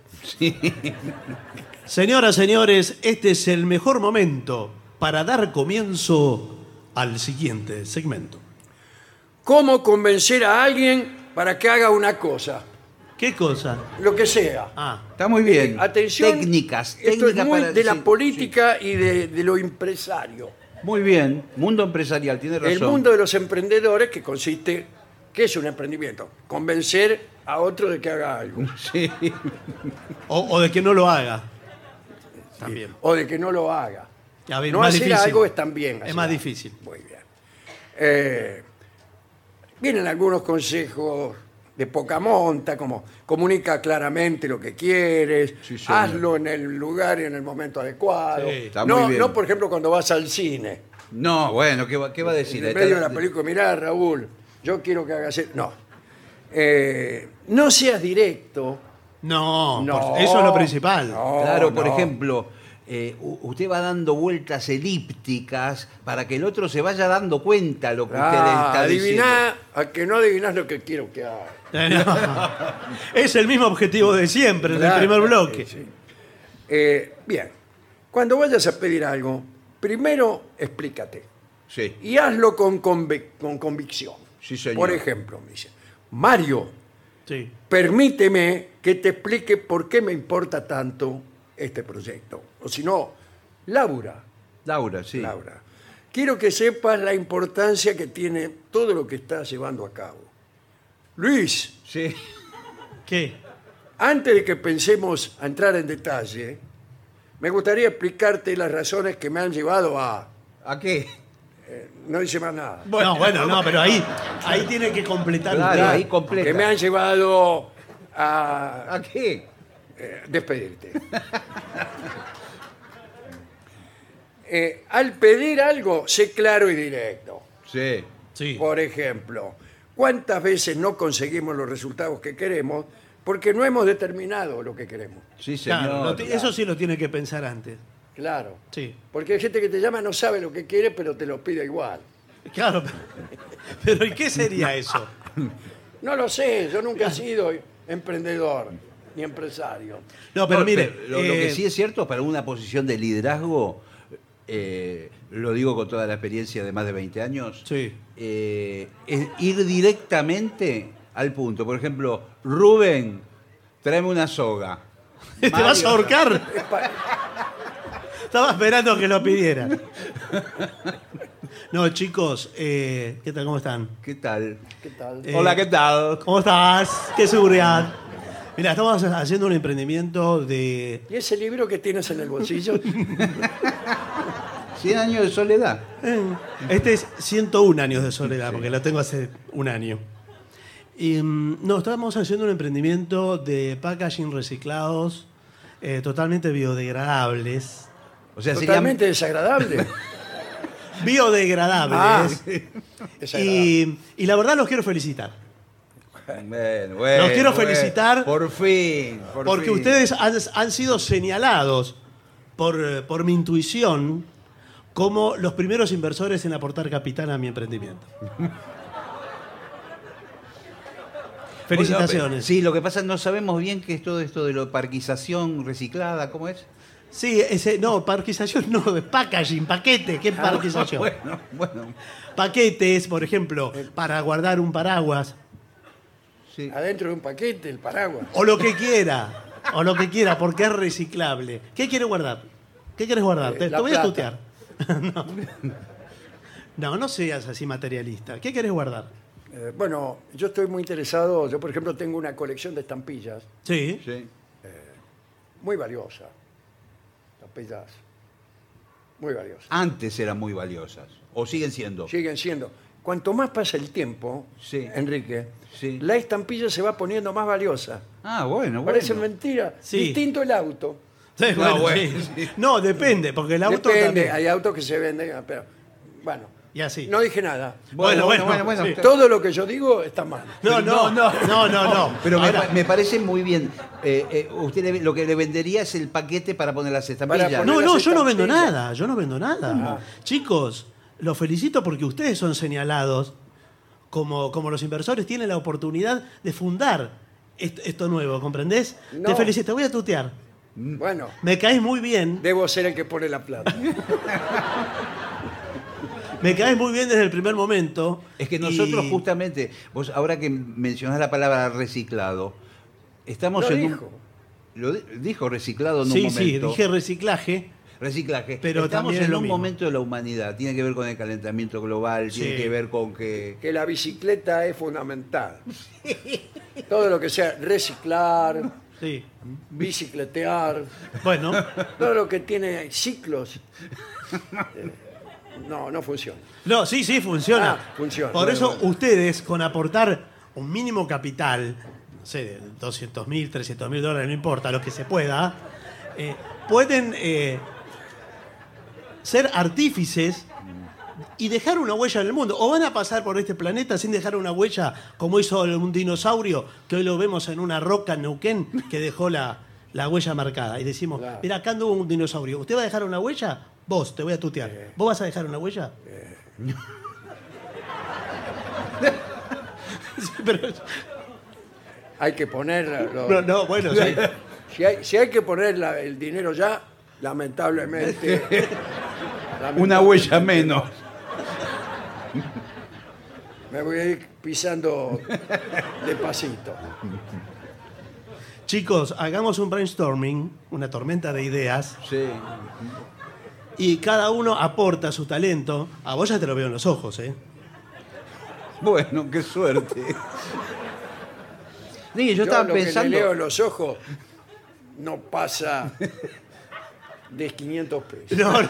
Señoras, señores, este es el mejor momento para dar comienzo al siguiente segmento.
¿Cómo convencer a alguien para que haga una cosa?
¿Qué cosa?
Lo que sea.
Ah,
Está muy bien.
Eh, Atención.
Técnicas.
Esto es
técnicas
muy
para-
de la
sí,
política y de, de lo empresario.
sí. Muy bien. Mundo empresarial, tiene razón.
El mundo de los emprendedores que consiste, ¿qué es un emprendimiento? Convencer a otro de que haga algo.
Sí.
o, o de que no lo haga. También.
O de que no lo haga.
A ver,
no
más
hacer
difícil.
algo es también. hacer
Es más
algo.
difícil.
Muy bien. Eh, vienen algunos consejos de poca monta, como comunica claramente lo que quieres,
Sí, señor.
hazlo en el lugar y en el momento adecuado.
Sí.
Está
no,
muy bien.
no, por ejemplo, cuando vas al cine,
No, bueno, ¿qué va, qué va a decir?
en el medio de la película, mirá, Raúl, yo quiero que hagas... e-". No. Eh, no seas directo.
No,
No.
por- eso es lo principal.
No,
Claro, por
no.
ejemplo, eh, u- usted va dando vueltas elípticas para que el otro se vaya dando cuenta lo que usted le
Ah,
está diciendo.
adiviná, a que no adivinás lo que quiero que haga.
Eh, no. es el mismo objetivo de siempre, en el
Claro,
primer
sí,
bloque.
sí. Eh, bien, cuando vayas a pedir algo, primero explícate
Sí,
y hazlo con, convic- con convicción.
Sí, señor.
Por ejemplo, me dice, Mario,
Sí.
permíteme que te explique por qué me importa tanto este proyecto. O si no, Laura,
Laura, sí.
Laura, quiero que sepas la importancia que tiene todo lo que estás llevando a cabo. Luis,
Sí.
¿Qué?
Antes de que pensemos a entrar en detalle, me gustaría explicarte las razones que me han llevado a...
¿A qué?
No dice más nada.
no, bueno, no, pero ahí, ahí tiene que completar
Claro,
usted.
ahí completa.
Que me han llevado a
¿A qué?
eh, despedirte. Eh, al pedir algo, sé claro y directo.
Sí.
Sí.
Por ejemplo, ¿cuántas veces no conseguimos los resultados que queremos porque no hemos determinado lo que queremos?
Sí, señor.
Claro, lo ti- Eso sí lo tiene que pensar antes.
Claro.
Sí.
Porque hay gente que te llama, no sabe lo que quiere, pero te lo pide igual.
Claro, pero ¿y qué sería eso?
No lo sé, yo nunca he sido emprendedor ni empresario.
No, pero
No,
mire,
lo, lo que
eh,
sí es cierto, para una posición de liderazgo, eh, lo digo con toda la experiencia de más de 20 años,
Sí.
eh, es ir directamente al punto. Por ejemplo, Rubén, tráeme una soga.
te vas a ahorcar.
Es pa-
Estaba esperando que lo pidieran. No, chicos, eh, ¿qué tal? ¿Cómo están?
¿Qué tal?
¿Qué tal?
Eh,
Hola, ¿qué tal?
¿Cómo estás? ¡Qué seguridad! Mira, estamos haciendo un emprendimiento de.
¿Y ese libro que tienes en el bolsillo?
100 años de soledad.
eh, Este es 101 años de soledad, porque lo tengo hace un año. Y, mm, no, estamos haciendo un emprendimiento de packaging reciclados, eh, totalmente biodegradables.
O sea, sería-
Totalmente desagradable. Ah,
Biodegradables.
desagradable.
Y, y la verdad los quiero felicitar.
Bueno, bueno,
Los quiero
bueno.
felicitar.
Por fin. por
porque
fin.
ustedes han, han sido señalados por, eh, por mi intuición como los primeros inversores en aportar capital a mi emprendimiento.
Bueno,
Felicitaciones.
sí, lo que pasa es que no sabemos bien qué es todo esto de la parquización reciclada, ¿cómo es?
Sí, ese, no, parquización no, de packaging, paquete, ¿qué parquización?
Ah, Bueno, bueno.
Paquetes, por ejemplo, para guardar un paraguas,
sí.
Adentro de un paquete, el paraguas.
o lo que quiera, o lo que quiera, porque es reciclable. ¿Qué quiere guardar? ¿Qué quieres guardar?
Eh,
te,
la
te voy a
plata.
tutear. no. no, no seas así materialista. ¿Qué quieres guardar?
Eh, bueno, yo estoy muy interesado. Yo, por ejemplo, tengo una colección de estampillas
Sí.
Sí.
muy valiosa. Estampillas muy valiosas.
Antes eran muy valiosas, o siguen siendo.
Siguen siendo. Cuanto más pasa el tiempo,
Sí.
Enrique,
Sí.
la estampilla se va poniendo más valiosa.
Ah, bueno, bueno.
Parece mentira.
Sí.
Distinto el auto.
Sí,
No,
bueno,
bueno,
sí.
sí.
No, depende, porque el auto
Depende,
también.
hay autos que se venden, ah, pero bueno.
Y así.
No dije nada.
Bueno, bueno, bueno, bueno.
sí.
Todo lo que yo digo está mal.
No, no, no, no, no, no.
Pero me,
Ahora,
pa- me parece muy bien. Eh, eh, usted le- lo que le vendería es el paquete para poner las estampillas.
Para poner-
No,
Poner
no,
las
yo no vendo
estampillas.
nada, yo no vendo nada. Chicos, los felicito porque ustedes son señalados como, como los inversores tienen la oportunidad de fundar est- esto nuevo, ¿comprendés?
No.
Te felicito, te voy a tutear. Mm.
Bueno,
Me caes muy bien,
debo ser el que pone la plata.
me caes muy bien desde el primer momento.
Es que nosotros
y-
justamente, vos ahora que mencionás la palabra reciclado, estamos
Lo
en
dijo.
un... Lo di- dijo reciclado en
Sí,
un
sí,
momento.
dije reciclaje.
reciclaje.
pero
estamos
también es
en
lo
un
mismo.
momento de la humanidad. Tiene que ver con el calentamiento global,
Sí.
tiene que ver con que
Que la bicicleta es fundamental. Todo lo que sea reciclar,
Mm. Sí.
bicicletear,
Bueno,
todo lo que tiene ciclos, eh, no, no funciona.
no, sí, sí, funciona.
Ah, funciona.
Por
Bueno,
eso
bueno.
ustedes, con aportar un mínimo capital, no sé, de 200 mil, 300 mil dólares, no importa, lo que se pueda, eh, pueden eh, ser artífices y dejar una huella en el mundo. O van a pasar por este planeta sin dejar una huella, como hizo un dinosaurio, que hoy lo vemos en una roca en Neuquén, que dejó la, la huella marcada. Y decimos,
Claro.
mira, acá anduvo un dinosaurio. ¿Usted va a dejar una huella? Vos, te voy a tutear. ¿Vos vas a dejar una huella? Sí, pero-
Hay que poner... lo-
no, no, bueno, sí.
Si, hay, si hay que poner la- el dinero ya, lamentablemente...
una
lamentablemente,
huella menos.
Me voy a ir pisando de pasito.
Chicos, hagamos un brainstorming, una tormenta de ideas,
Sí.
y cada uno aporta su talento. A vos ya te lo veo en los ojos, ¿eh?
Bueno, qué suerte. Sí, yo,
Yo,
estaba
lo
pensando.
que le leo en los ojos no pasa de 500 pesos.
No, no.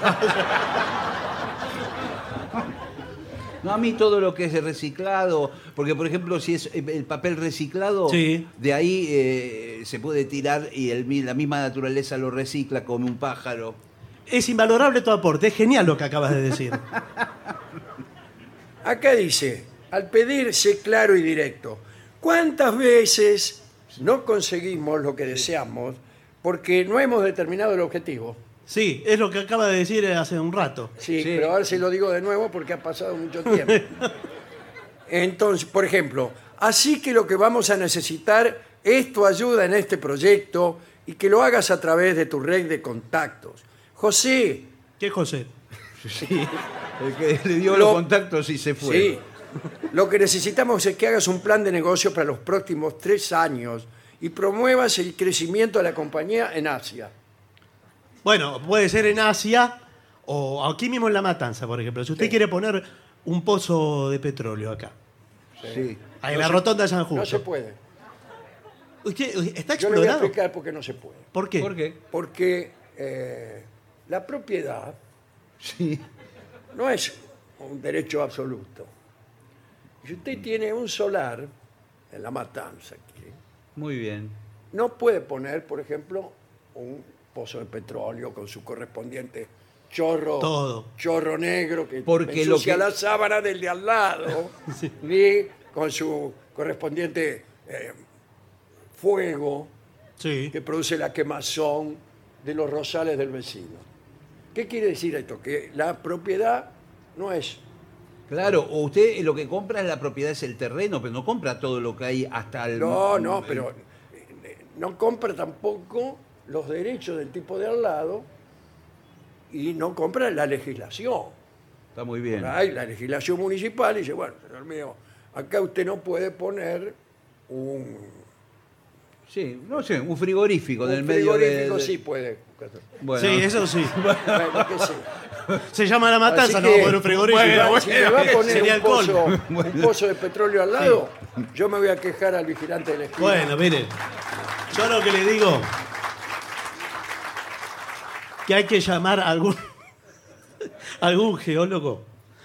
No, a mí todo lo que es reciclado, porque por ejemplo, si es eh, el papel reciclado,
Sí.
de ahí eh, se puede tirar y el mi- la misma naturaleza lo recicla como un pájaro.
Es invalorable tu aporte, es genial lo que acabas de decir.
Acá dice, al pedirse claro y directo, ¿cuántas veces no conseguimos lo que deseamos porque no hemos determinado el objetivo?
Sí, es lo que acaba de decir hace un rato.
Sí,
Sí.
pero ahora se lo digo de nuevo porque ha pasado mucho tiempo. Entonces, por ejemplo, así que lo que vamos a necesitar es tu ayuda en este proyecto y que lo hagas a través de tu red de contactos. José,
¿Qué, José?
Sí. El que le dio
Lo-
los contactos y se fue.
sí, lo que necesitamos es que hagas un plan de negocio para los próximos tres años y promuevas el crecimiento de la compañía en Asia.
Bueno, puede ser en Asia o aquí mismo en La Matanza, por ejemplo. Si usted quiere poner un pozo de petróleo acá,
Sí.
ahí en la rotonda de San Justo.
No se puede.
¿Usted usted está
Yo le voy a
explorado?
explicar por qué no se puede.
¿Por qué?
¿Por qué?
Porque eh, la propiedad
Sí.
no es un derecho absoluto. Si usted tiene un solar en la matanza, aquí,
Muy bien.
no puede poner, por ejemplo, un pozo de petróleo con su correspondiente chorro,
Todo.
chorro negro que
Porque lo
ensucia
que-
la sábana del de al lado, ni con su correspondiente eh, fuego
Sí.
que produce la quemazón de los rosales del vecino. ¿Qué quiere decir esto? Que la propiedad no es
Claro, o usted lo que compra es la propiedad, es el terreno, pero no compra todo lo que hay hasta el.
No, no, pero eh, no compra tampoco los derechos del tipo de al lado y no compra la legislación.
Está muy bien.
Hay la legislación municipal y dice, bueno, señor mío, acá usted no puede poner un,
Sí, no sé, un frigorífico en el
un
medio de-
frigorífico,
de-
sí puede.
Bueno.
Sí, eso sí.
Bueno, qué sé yo.
Se llama la matanza,
Así
no
que,
va a poner un frigorífico.
bueno, si me va a poner
sería
un
alcohol.
pozo, un pozo de petróleo al lado, yo me voy a quejar al vigilante de la esquina.
Bueno, mire, yo lo que le digo que hay que llamar a algún algún geólogo.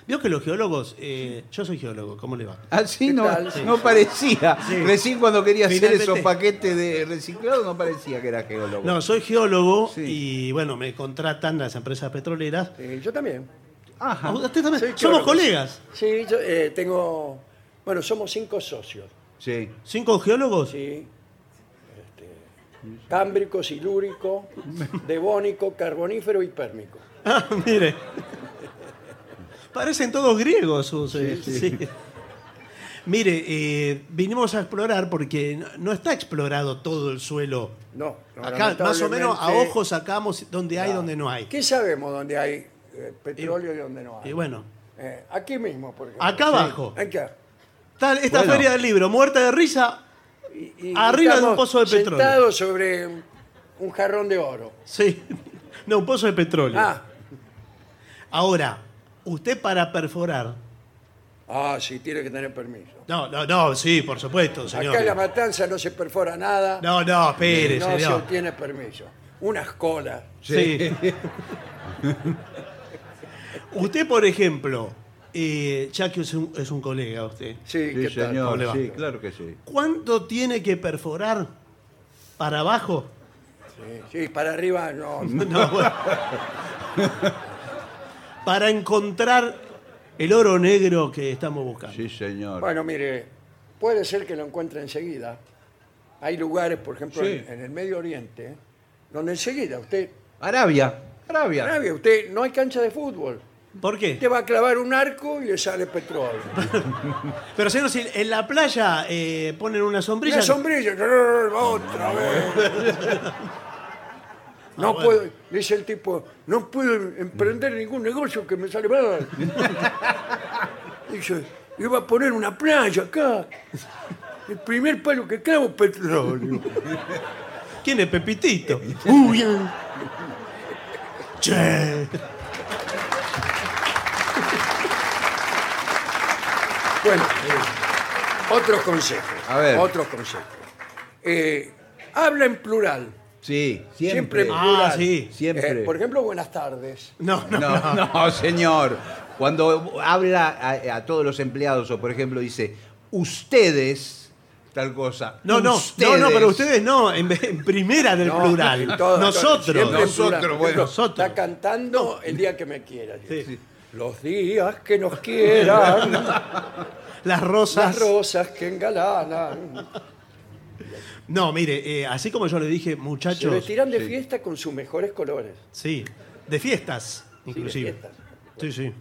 Vio que los geólogos, eh, yo soy geólogo, ¿cómo le va?
Así
¿Qué
no,
tal? Sí.
no parecía.
Sí.
Recién cuando quería
Finalmente.
hacer esos paquetes de reciclado no parecía que era geólogo.
No, soy geólogo
Sí.
y bueno, me contratan las empresas petroleras.
Eh, yo también.
Ajá.
Ah, usted también.
Soy
Somos
geólogo.
colegas.
Sí, yo eh, tengo... Bueno, somos cinco socios.
Sí.
¿Cinco geólogos?
Sí. Este, cámbrico, silúrico, devónico, carbonífero y pérmico.
Ah, mire. Parecen todos griegos sus. eh, sí. Mire, eh, vinimos a explorar porque no- no está explorado todo el suelo.
No. no,
Acá, más o menos, a
lamentablemente-
ojo sacamos donde hay, donde no hay.
¿Qué sabemos dónde hay eh, petróleo y, dónde no hay?
Y bueno,
Eh, aquí mismo, por ejemplo.
acá abajo.
Acá.
Tal- esta
Bueno.
feria del libro, muerta de risa.
Y- y
Arriba de un
estamos
pozo de petróleo.
sentados sobre un- un jarrón de oro.
Sí. No, un pozo de petróleo.
Ah,
Ahora, usted para perforar.
ah, sí, tiene que tener permiso.
No, no, no, sí, por supuesto, señor.
Acá en la matanza no se perfora nada.
No, no,
y
espere,
no se
señor.
obtiene permiso. Unas colas.
Sí. usted, por ejemplo, eh, ya que es un, es un colega usted,
Sí,
Sí,
¿qué tal?
señor,
¿Cómo le va?
sí, claro que sí.
¿cuánto tiene que perforar para abajo?
Sí, sí, para arriba no.
No, bueno. Para encontrar el oro negro que estamos buscando.
Sí, señor.
Bueno, mire, puede ser que lo encuentre enseguida. Hay lugares, por ejemplo,
Sí.
en, en el Medio Oriente, donde enseguida usted,
Arabia. Arabia.
Arabia, usted no hay cancha de fútbol.
¿Por qué?
Usted va a clavar un arco y le sale petróleo.
Pero señor, si en la playa eh, ponen una sombrilla.
Una sombrilla, ¡grrr! otra vez. No puedo, le dice el tipo, no puedo emprender ningún negocio que me sale mal. Dice, iba a poner una playa acá. El primer palo que clavo, petróleo.
¿Quién es Pepitito? Uy, eh. Che.
Bueno, eh, otros consejos.
A ver.
Otros consejos. Eh, habla en plural.
Sí,
Siempre,
siempre.
en
Ah,
plural.
sí.
Siempre.
Eh, por ejemplo, buenas tardes.
No, no,
No,
no.
no, señor. Cuando habla a, a todos los empleados o, por ejemplo, dice, ustedes, tal cosa.
No, no, no, no, pero ustedes no, en, en primera del
No,
plural.
en todo, todo,
Nosotros.
siempre en
Nosotros,
plural.
bueno.
Ejemplo,
Nosotros.
Está cantando el día que me quiera.
Sí.
Los días que nos quieran,
Las rosas.
las rosas que engalanan.
No, mire, eh, así como yo le dije,
Se
muchachos.
vestirán de fiesta con sus mejores colores.
Sí, de fiestas, inclusive.
fiestas.
Sí, sí.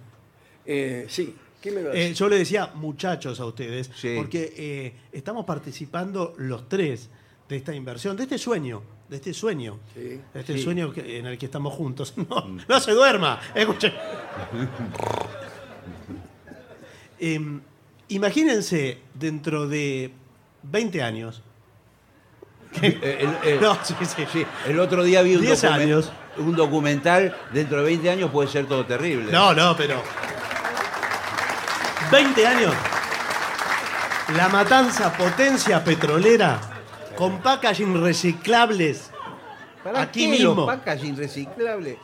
Eh, sí, ¿qué me va a
Eh,
decir?
yo le decía muchachos a ustedes,
Sí.
porque eh, estamos participando los tres de esta inversión, de este sueño, de este sueño,
Sí.
de este
Sí.
sueño que- en el que estamos juntos. No, no se duerma, escuche. Em, imagínense dentro de 20 años,
Eh, el- el-
No, sí, sí.
sí, el otro día vi un,
10
documen-
años.
un documental, dentro de 20 años puede ser todo terrible.
No, no, pero. 20 años. La matanza potencia petrolera con packaging reciclables.
¿Para
aquí
qué los
mismo.
packaging reciclables?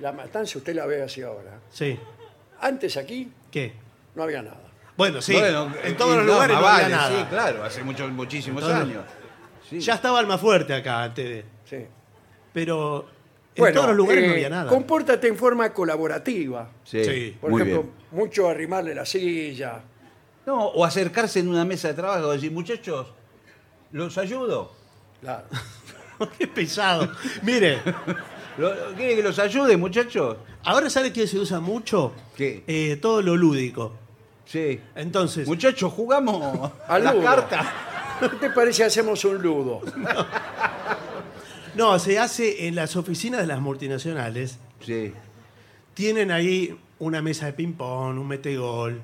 La matanza usted la ve así ahora.
Sí.
Antes aquí
¿Qué?
no había nada.
Bueno, sí.
Bueno, eh,
en todos los
no,
lugares
más
no había
vale,
nada.
Sí, claro, hace muchos, muchísimos
En todos
años. Sí.
Ya estaba el más fuerte acá antes de-
Sí.
Pero en
Bueno,
todos los lugares
eh,
no había nada.
Compórtate en forma colaborativa.
Sí,
Sí.
Por
muy
ejemplo,
bien.
mucho arrimarle la silla.
No, o acercarse en una mesa de trabajo y decir, muchachos, ¿los ayudo?
Claro.
Qué pesado. Mire,
Lo- ¿Quiere que los ayude, muchachos?
Ahora, ¿sabe qué se usa mucho?
¿Qué?
Eh, todo lo lúdico.
Sí.
Entonces,
Muchachos, jugamos
Al
las
Ludo.
cartas.
¿Qué te parece si hacemos un ludo?
no, se hace en las oficinas de las multinacionales.
Sí.
Tienen ahí una mesa de ping-pong, un metegol.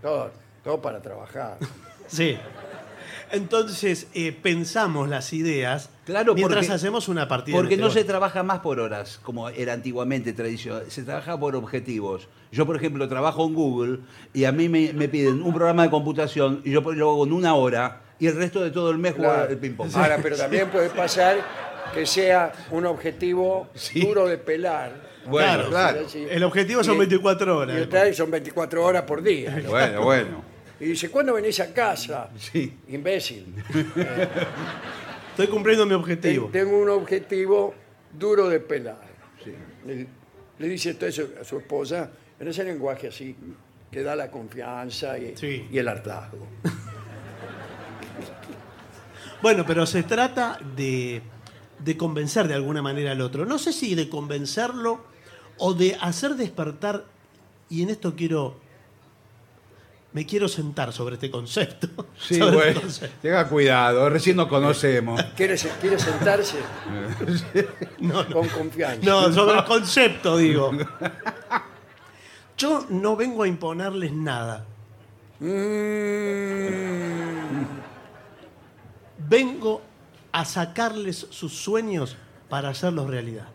Todo, todo para trabajar.
Sí. Entonces, eh, pensamos las ideas
Claro,
mientras
porque-
hacemos una partida. de
Porque no
metegol.
se trabaja más por horas, como era antiguamente tradicional, se trabaja por objetivos. Yo, por ejemplo, trabajo en Google y a mí me, me piden un programa de computación y yo por- lo hago en una hora y el resto de todo el mes juego
Claro.
el ping-pong.
Ahora, pero también puede pasar que sea un objetivo duro de pelar.
Claro,
claro. Sí.
El objetivo son
Y-
24
Y
horas.
ustedes son 24 horas por día. ¿no?
Bueno, bueno.
Y dice, ¿cuándo venís a casa?
Sí.
Imbécil.
Estoy cumpliendo mi objetivo.
Ten- Tengo un objetivo duro de pelar. Le, le dice esto a su, a su esposa en ese lenguaje así que da la confianza y,
Sí.
y el hartazgo.
Bueno, pero se trata de, de convencer de alguna manera al otro. No sé si de convencerlo o de hacer despertar, y en esto quiero, me quiero sentar sobre este concepto. Sobre este concepto.
Tenga cuidado, recién nos conocemos.
¿Quiere, se- quiere sentarse con confianza?
No, sobre el concepto digo. Yo no vengo a imponerles nada.
Mm,
Vengo a sacarles sus sueños para hacerlos realidad.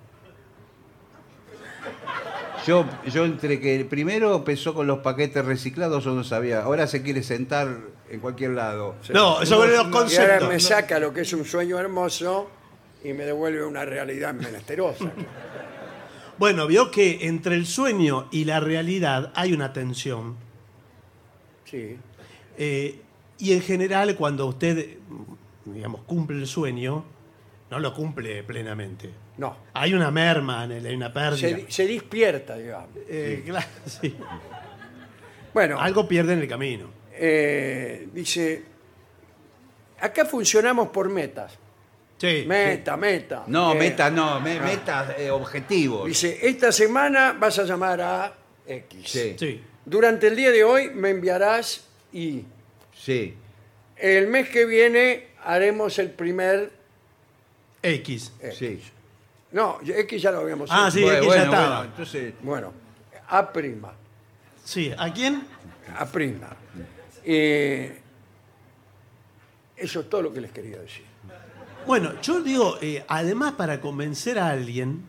Yo, yo entre que primero empezó con los paquetes reciclados, yo no sabía. Ahora se quiere sentar en cualquier lado.
No, sobre los
y ahora
conceptos.
me saca lo que es un sueño hermoso y me devuelve una realidad menesterosa.
Bueno, vio que entre el sueño y la realidad hay una tensión.
Sí.
Eh, y en general, cuando usted, mm, digamos, cumple el sueño, no lo cumple plenamente.
No.
Hay una merma, en él, hay una pérdida.
Se, se despierta, digamos.
Eh, claro, sí.
Bueno,
Algo pierde en el camino.
eh, dice, acá funcionamos por metas.
Sí.
Meta, meta.
No,
Eh,
meta no, me- meta eh, objetivos.
Dice, esta semana vas a llamar a X.
Sí,
sí.
Durante el día de hoy me enviarás Y.
sí.
El mes que viene haremos el primer...
X.
X.
sí.
No, X ya lo habíamos
Ah,
hecho.
sí, X ya estaba.
entonces,
Bueno, A prima.
Sí. ¿A quién?
A prima. Eh, eso es todo lo que les quería decir.
Bueno, yo digo, eh, además para convencer a alguien,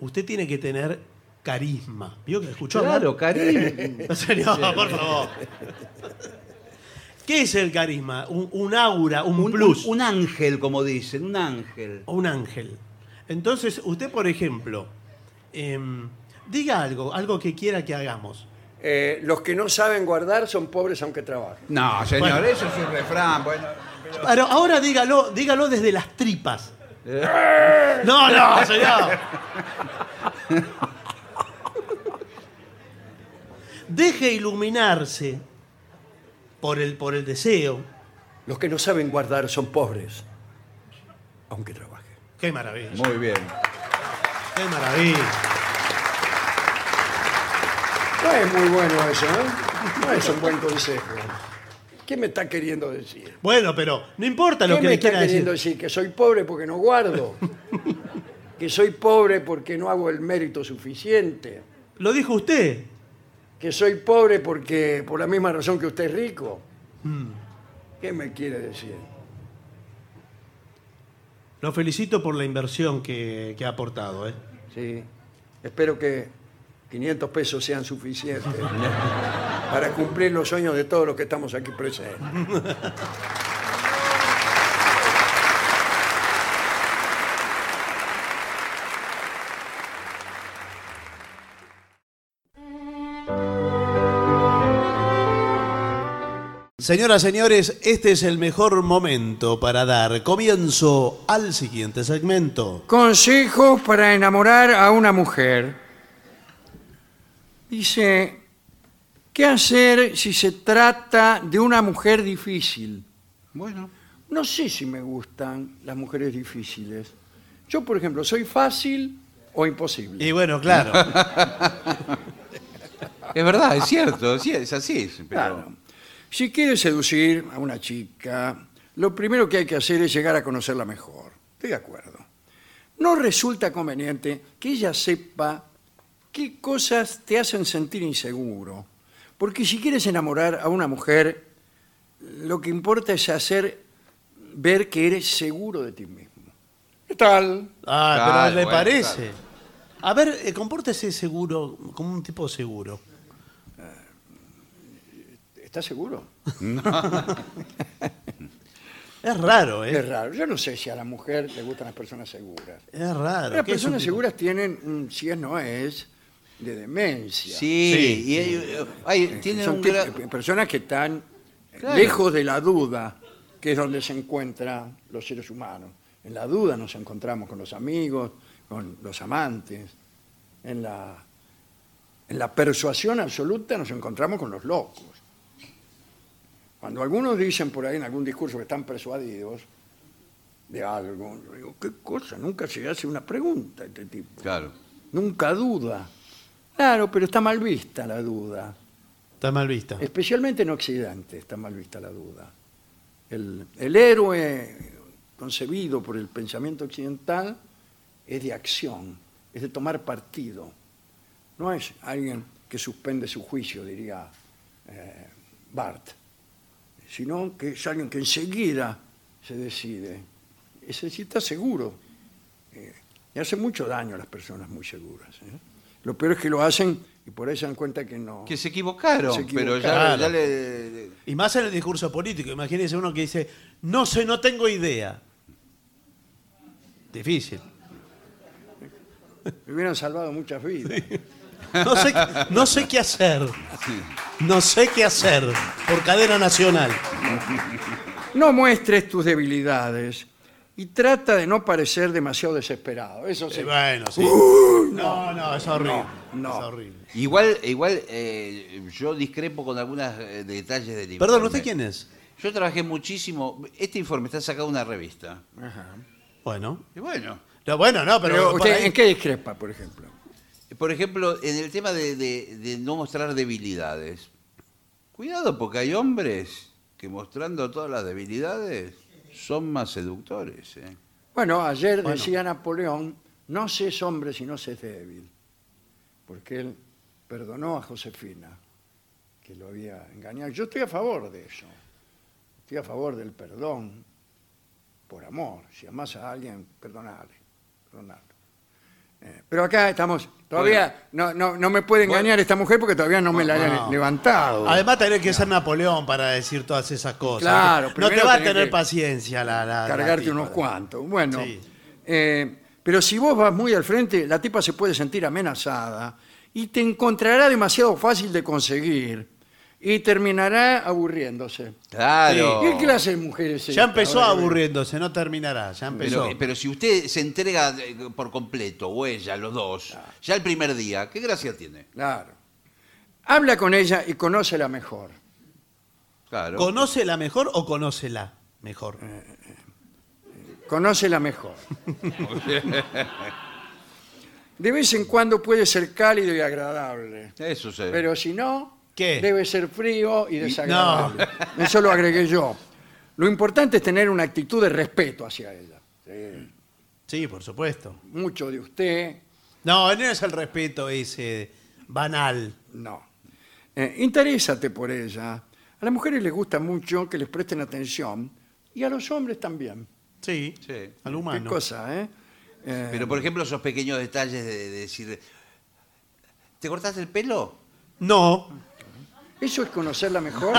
usted tiene que tener carisma. ¿Vio que escuchó hablar?
claro, Karim.
No, Señor, por favor. ¿Qué es el carisma? Un, un aura, un,
Un,
plus,
un- un ángel, como dicen, un ángel.
o un ángel. Entonces, usted, por ejemplo, em, diga algo, algo que quiera que hagamos.
Eh, los que no saben guardar son pobres aunque trabajen.
No, señor,
Bueno.
eso es un refrán. Bueno, pero-
Pero ahora dígalo, dígalo desde las tripas. No, no, señor. Deje iluminarse por el, por el deseo.
Los que no saben guardar son pobres aunque trabajen.
Qué maravilla.
Muy bien.
Qué maravilla.
No es muy bueno eso, ¿eh? No es un buen consejo. ¿Qué me está queriendo decir?
Bueno, pero no importa lo
¿Qué
que
me
le
está
quiera decir.
queriendo decir? ¿Que soy pobre porque no guardo? ¿Que soy pobre porque no hago el mérito suficiente?
Lo dijo usted.
¿Que soy pobre porque por la misma razón que usted es rico? ¿Qué me quiere decir?
Lo felicito por la inversión que, que ha aportado. ¿eh?
Sí. Espero que 500 pesos sean suficientes para cumplir los sueños de todos los que estamos aquí presentes.
Señoras, señores, este es el mejor momento para dar comienzo al siguiente segmento.
Consejos para enamorar a una mujer. Dice, ¿qué hacer si se trata de una mujer difícil?
Bueno.
No sé si me gustan las mujeres difíciles. Yo, por ejemplo, soy fácil o imposible.
Y bueno, claro.
Es verdad, es cierto, sí, es así. Pero...
Claro. Si quieres seducir a una chica, lo primero que hay que hacer es llegar a conocerla mejor. Estoy de acuerdo. No resulta conveniente que ella sepa qué cosas te hacen sentir inseguro. Porque si quieres enamorar a una mujer, lo que importa es hacer ver que eres seguro de ti mismo. ¿Qué tal?
Ah,
Claro,
pero le
bueno,
parece. A ver, eh, compórtese seguro, como un tipo seguro.
¿Estás seguro?
Es raro, ¿eh?
Es raro. Yo no sé si a la mujer le gustan las personas seguras.
Es raro.
Las
¿qué es un
personas
tipo?
seguras tienen un si es no es de demencia.
Sí,
Sí,
y hay, hay- tienen
Son
un
tip-
gran-
eh, personas que están eh,
Claro.
lejos de la duda, que es donde se encuentran los seres humanos. En la duda nos encontramos con los amigos, con los amantes. En la, en la persuasión absoluta nos encontramos con los locos. Cuando algunos dicen por ahí en algún discurso que están persuadidos de algo, yo digo, ¿qué cosa? Nunca se hace una pregunta a este tipo.
Claro.
Nunca duda. Claro, pero está mal vista la duda.
Está mal vista.
Eh. Especialmente en Occidente está mal vista la duda. El, el héroe concebido por el pensamiento occidental es de acción, es de tomar partido. No es alguien que suspende su juicio, diría eh, Barth, sino que es alguien que enseguida se decide. Ese sí está seguro. Eh, y hace mucho daño a las personas muy seguras. ¿eh? Lo peor es que lo hacen y por ahí se dan cuenta que no.
Que se equivocaron,
Se
pero ya,
equivocaron.
ya le...
Y más en el discurso político. Imagínese uno que dice, no sé, no tengo idea. Difícil.
Me hubieran salvado muchas vidas.
No sé, no sé qué hacer. No sé qué hacer. Por cadena nacional.
No muestres tus debilidades y trata de no parecer demasiado desesperado. Eso sí.
Eh, bueno, sí. no, no, es horrible.
no.
Es horrible.
Igual, igual eh, yo discrepo con algunos detalles del informe.
Perdón, ¿usted quién es?
Yo trabajé muchísimo. Este informe está sacado de una revista.
Ajá.
Bueno.
Y bueno,
No, bueno, no, pero,
Pero
por
usted,
ahí-
¿en qué discrepa, por ejemplo?
por ejemplo, en el tema de, de- de no mostrar debilidades. Cuidado, porque hay hombres que mostrando todas las debilidades son más seductores. ¿eh?
Bueno, ayer decía Napoleón, no se es hombre si no se es débil. Porque él perdonó a Josefina, que lo había engañado. Yo estoy a favor de eso. Estoy a favor del perdón por amor. Si amas a alguien, perdonale. perdonalo. Eh, pero acá estamos, todavía no, no, no me puede engañar esta mujer porque todavía no me la han
Bueno.
levantado.
Además tenés que ser Napoleón para decir todas esas cosas.
Claro,
no te
primero
va a
tenés
tener
que
paciencia la, la- la
cargarte
tipa.
unos cuantos. Bueno,
eh. Sí.
eh, pero si vos vas muy al frente, la tipa se puede sentir amenazada y te encontrará demasiado fácil de conseguir y terminará aburriéndose.
Claro.
¿Qué clase de mujeres es
Oh. Ya
esta?
empezó
Ahora que eh,
aburriéndose, no terminará, ya empezó.
Pero, pero si usted se entrega eh, por completo, o ella, los dos, ya el primer día, ¿qué gracia tiene?
veo. Claro. Habla con ella y conócela mejor.
Claro.
¿Conócela mejor o conócela mejor?
Eh. Conócela mejor. De vez en cuando puede ser cálido y agradable.
Eso se.
Pero si no,
¿Qué?
debe ser frío y desagradable. Eso lo agregué yo. Lo importante es tener una actitud de respeto hacia ella. Sí.
Sí, por supuesto.
Mucho de usted,
No, no es el respeto ese banal.
no. Eh, interésate por ella. A las mujeres les gusta mucho que les presten atención y a los hombres también.
Sí,
Sí.
al
Qué
humano.
cosa, ¿eh? Eh,
Pero por ejemplo, esos pequeños detalles de, de decir. ¿Te cortaste el pelo?
No.
Eso es conocerla mejor.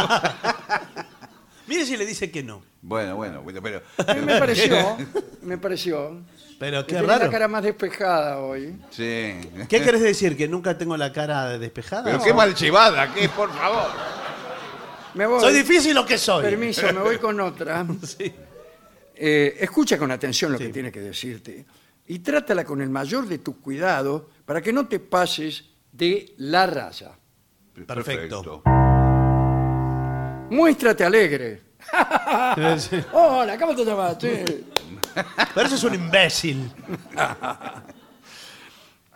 Mire si le dice que no.
Bueno, bueno, bueno, pero.
A mí me pareció, me pareció.
Pero
que
qué
tenía la
raro.
cara más despejada hoy.
Sí.
¿Qué querés decir? ¿Que nunca tengo la cara despejada?
Pero
No.
qué mal llevada, que por favor.
Me voy.
¿Soy difícil lo que soy?
Permiso, me voy con otra.
Sí.
Eh, escucha con atención lo que tiene que decirte y trátala con el mayor de tus cuidados para que no te pases de la raya.
Perfecto.
Muéstrate alegre.
Sí.
Hola, ¿cómo te llamas? che?
Pero eso es un imbécil.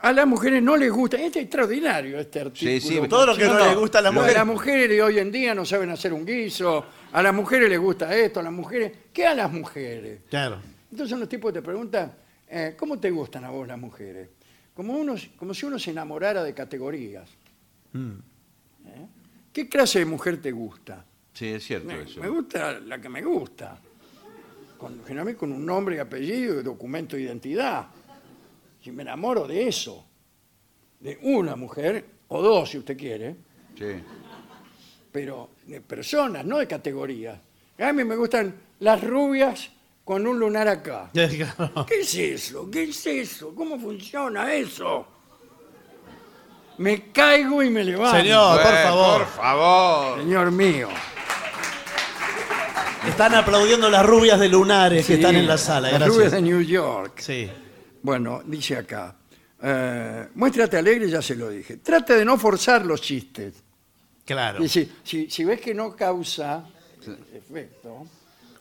A las mujeres no les gusta. Este es extraordinario, este artículo.
Sí, sí.
Todo lo que no, le gusta a las
Porque
mujeres.
las mujeres de hoy en día no saben hacer un guiso. A las mujeres les gusta esto, a las mujeres. ¿Qué a las mujeres?
Claro.
Entonces los tipos te preguntan, eh, ¿cómo te gustan a vos las mujeres? Como, uno, como si uno se enamorara de categorías. ¿Eh? ¿Qué clase de mujer te gusta?
Sí, es cierto
Me,
eso.
me gusta la que me gusta. Con, generalmente con un nombre y apellido y documento de identidad. Si me enamoro de eso, de una mujer, o dos si usted quiere,
Sí.
pero de personas, no de categorías. A mí me gustan las rubias con un lunar acá.
Ya, claro.
¿Qué es eso? ¿Qué es eso? ¿Cómo funciona eso? Me caigo y me levanto.
Señor, por
Eh,
favor.
Por favor.
Señor mío.
Están aplaudiendo las rubias de lunares que están en la sala.
Las rubias
Gracias.
de New York.
Sí.
Bueno, dice acá. eh, muéstrate alegre, ya se lo dije. Trata de no forzar los chistes.
Claro.
Y si, si- si ves que no causa efecto,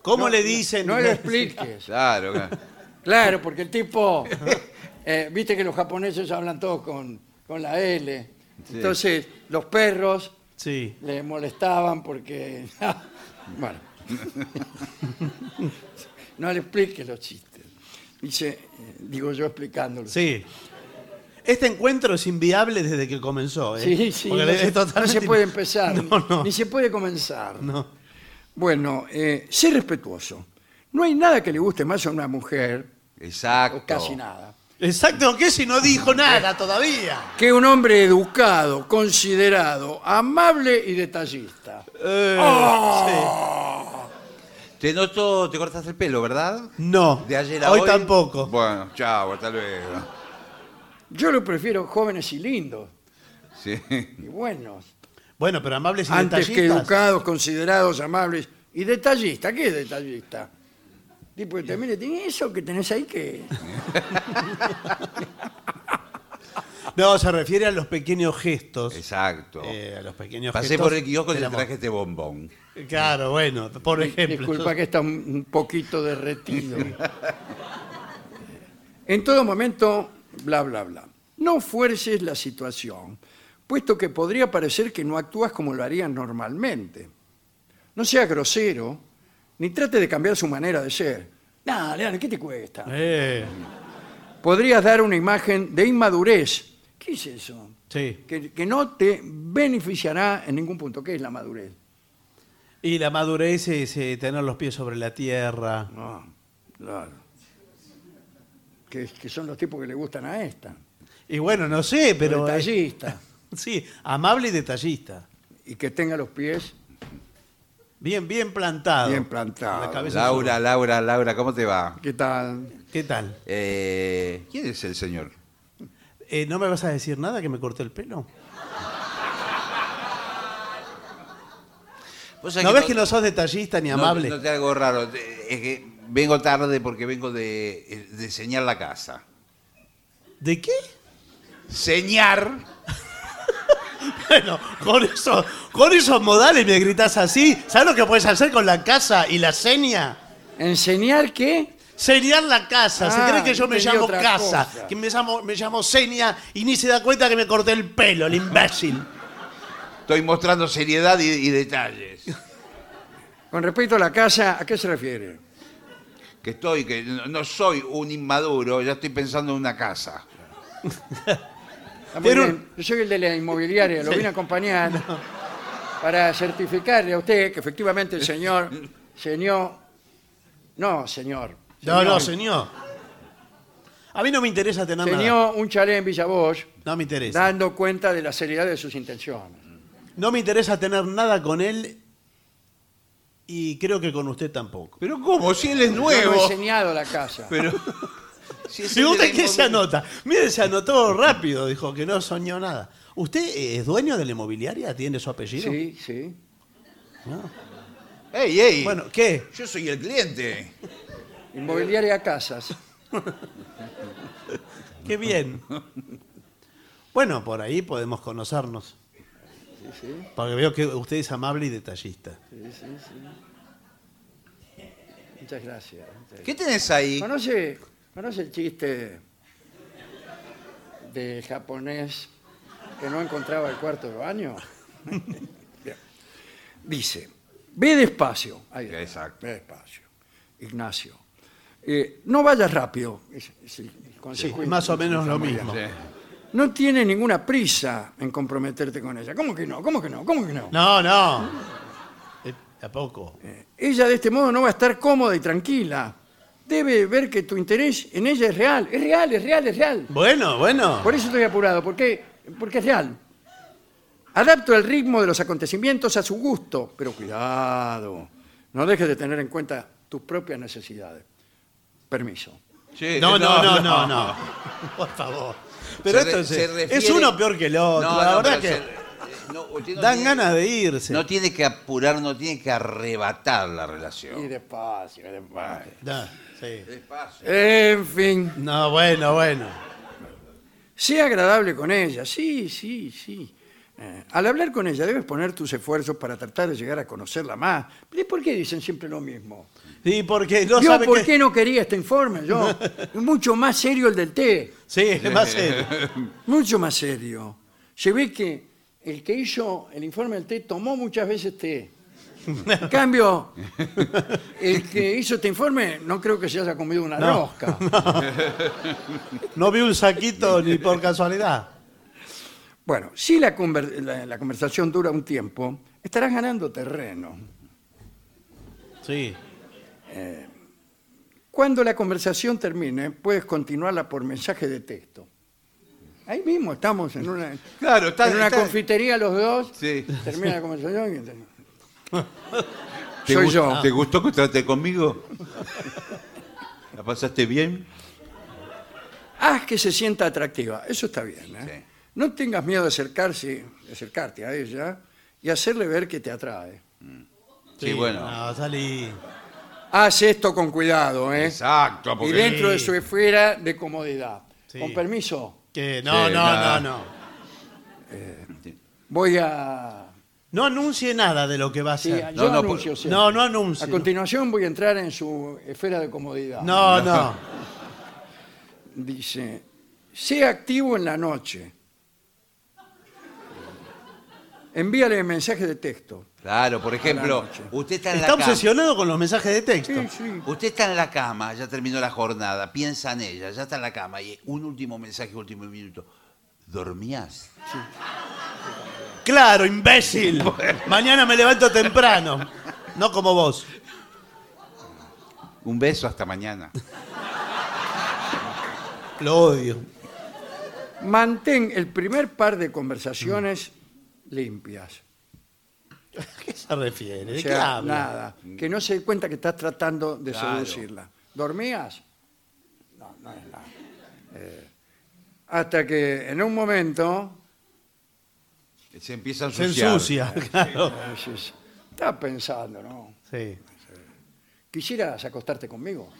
¿Cómo
no-
le dicen?
No le expliques.
Claro, claro.
Claro, porque el tipo, eh, viste que los japoneses hablan todos con, con la L.
Sí.
Entonces, los perros
Sí.
le molestaban porque. bueno. no le explique los chistes. Dice, eh, digo yo explicándolo.
Sí. Este encuentro es inviable desde que comenzó. ¿eh?
Sí, sí,
Porque
no,
es
se, no
totalmente-
se puede empezar,
No, no.
ni se puede comenzar.
no.
Bueno, eh, sé respetuoso. No hay nada que le guste más a una mujer,
Exacto.
o casi nada,
Exacto, ¿qué si no dijo nada todavía?
que un hombre educado, considerado, amable y detallista.
Eh,
Te noto, te cortaste el pelo, ¿verdad?
sí. No.
De ayer a
hoy,
hoy.
tampoco.
Bueno, chao, hasta luego.
Yo lo prefiero jóvenes y lindos,
Sí.
y buenos.
Bueno, pero amables y
Antes que
detallistas.
educados, considerados, amables y detallista. ¿Qué es detallista? Tipo que te mire, "Tiene eso que tenés ahí que
No, se refiere a los pequeños gestos.
Exacto.
Eh, a los pequeños
Pasé
gestos
por el kiosco y
del
te
amor.
traje este bombón.
Claro, bueno, por ejemplo.
Disculpa que está un un poquito derretido. en todo momento, bla, bla, bla. No fuerces la situación, puesto que podría parecer que no actúas como lo harías normalmente. No seas grosero, ni trate de cambiar su manera de ser. Nah, Leandro, ¿qué te cuesta?
Eh,
Podrías dar una imagen de inmadurez. ¿Qué es eso?
sí.
Que, que no te beneficiará en ningún punto. ¿Qué es la madurez?
Y la madurez es eh, tener los pies sobre la tierra.
Ah, claro. Que, que son los tipos que le gustan a esta.
Y bueno, no sé, pero. eh,
detallista.
sí, amable y detallista.
Y que tenga los pies
Bien, bien plantado.
bien plantados.
La cabeza-
Laura, Laura, Laura, ¿cómo te va?
¿Qué tal?
¿Qué tal?
Eh, ¿Quién es el señor?
Eh, ¿No me vas a decir nada que me corté el pelo?
¿Vos sabés
¿No ves que no sos detallista ni
no-
amable?
No, te hago raro. Es que vengo tarde porque vengo de, de señar la casa.
¿De qué?
¿Señar?
Bueno, con, eso, con esos modales me gritás así. ¿Sabes lo que puedes hacer con la casa y la seña?
¿Enseñar qué?
Señar la casa.
Ah,
se cree que yo me
entendí
llamo
otra
casa,
cosa.
que me llamo, me llamo seña y ni se da cuenta que me corté el pelo, el imbécil.
Estoy mostrando seriedad y, y detalles.
Con respecto a la casa, ¿a qué se refiere?
Que estoy, que no no soy un inmaduro, ya estoy pensando en una casa.
Está Ah, muy
Pero-
bien. Yo soy el de la inmobiliaria, lo vine a acompañar para certificarle a usted que efectivamente el señor, señor, no, señor.
No, no, señor. A mí no me interesa tener nada.
Señor, un chalet en Villavoz
No me interesa.
dando cuenta de la seriedad de sus intenciones.
No me interesa tener nada con él y creo que con usted tampoco.
Pero ¿cómo? Si él es
Yo
nuevo.
no he enseñado la casa.
Pero. Si es
Si
el de
usted
la
que se
inmobiliaria-
anota. Mire, se anotó rápido, dijo que no soñó nada. ¿Usted es dueño de la inmobiliaria? ¿Tiene su apellido?
Sí, sí.
¿No?
¡Ey, ey!
Bueno, ¿qué?
yo soy el cliente.
Inmobiliaria Casas.
Qué bien. Bueno, por ahí podemos conocernos. Porque veo que usted es amable y detallista.
muchas gracias.
¿Qué tenés ahí?
¿Conoce, conoce el chiste de japonés que no encontraba el cuarto de baño? Bien. Dice, ve despacio. Ahí está,
Exacto.
Ve despacio. Ignacio. Eh, no vayas rápido. Es- es el consejo
Más o menos lo
familiar.
mismo.
No tiene ninguna prisa en comprometerte con ella. ¿Cómo que no? ¿Cómo que no? ¿Cómo que no?
No, no. Eh, ¿A poco?
Ella de este modo no va a estar cómoda y tranquila. Debe ver que tu interés en ella es real. Es real, es real, es real.
Bueno, bueno.
Por eso estoy apurado, porque, porque es real. Adapto el ritmo de los acontecimientos a su gusto, pero cuidado, no dejes de tener en cuenta tus propias necesidades. Permiso.
Sí,
No, no, no, no, no. Por favor. Pero
Se re-
esto es,
se refiere-
es uno peor que el otro.
No,
la
no,
verdad
pero se-
que
eh, no, usted no
dan
tiene-
ganas de irse.
No tiene que apurar, no tiene que arrebatar la
Y
relación.
despacio, despacio.
Da, sí.
Despacio.
En fin,
No, bueno, bueno.
sea agradable con ella, sí, sí, sí. Eh, al hablar con ella debes poner tus esfuerzos para tratar de llegar a conocerla más. ¿Y por qué dicen siempre lo mismo?
Sí, porque no
yo,
sabe
¿por
qué-
qué no quería este informe? Yo, mucho más serio el del té.
Sí, es más serio.
Mucho más serio. Se ve que el que hizo el informe del té tomó muchas veces té. En cambio, el que hizo este informe no creo que se haya comido una
No.
rosca.
No vi un saquito ni por casualidad.
Bueno, si la, conver- la- la conversación dura un tiempo, estarás ganando terreno.
Sí.
Cuando la conversación termine, puedes continuarla por mensaje de texto. Ahí mismo estamos en una,
Claro, está-
en una
está-
confitería los dos.
Sí.
Termina la conversación y...
¿Te
Soy
gust-
yo.
¿Te gustó que trate conmigo? ¿La pasaste bien?
Haz que se sienta atractiva. Eso está bien. ¿eh?
Sí.
No tengas miedo de acercarse, de acercarte a ella y hacerle ver que te atrae.
Sí, bueno.
No, salí.
Haz esto con cuidado, ¿eh?
Exacto,
Y
porque-
dentro de su esfera de comodidad.
Ah, Sí.
Con permiso,
Que no,
Sí,
no,
nada.
no, no.
voy a...
No anuncie nada de lo que va a
sí,
hacer.
yo
no,
anuncio,
por-
sí.
No, no
A
anuncie.
continuación voy a entrar en su esfera de comodidad.
No, no.
Dice, sea activo en la noche. Envíale mensaje de texto.
Claro, por ejemplo,
noche.
usted está en
Está
la cama.
obsesionado con los mensajes de texto.
Sí, sí.
Usted está en la cama, ya terminó la jornada, piensa en ella, ya está en la cama y un último mensaje, último minuto. ¿Dormías?
Claro, imbécil. Mañana me levanto temprano. No como vos.
Un beso hasta mañana.
Lo odio.
Mantén el primer par de conversaciones limpias.
¿A qué se refiere?
O
¿De qué
sea,
habla?
nada. Que no se dé cuenta que estás tratando de
Claro.
seducirla. ¿Dormías? No, no es nada. Eh, hasta que en un momento
Se empieza a
Se
ensuciar.
ensucia, claro.
dices, estaba pensando, ¿no?
Sí.
¿Quisieras acostarte conmigo?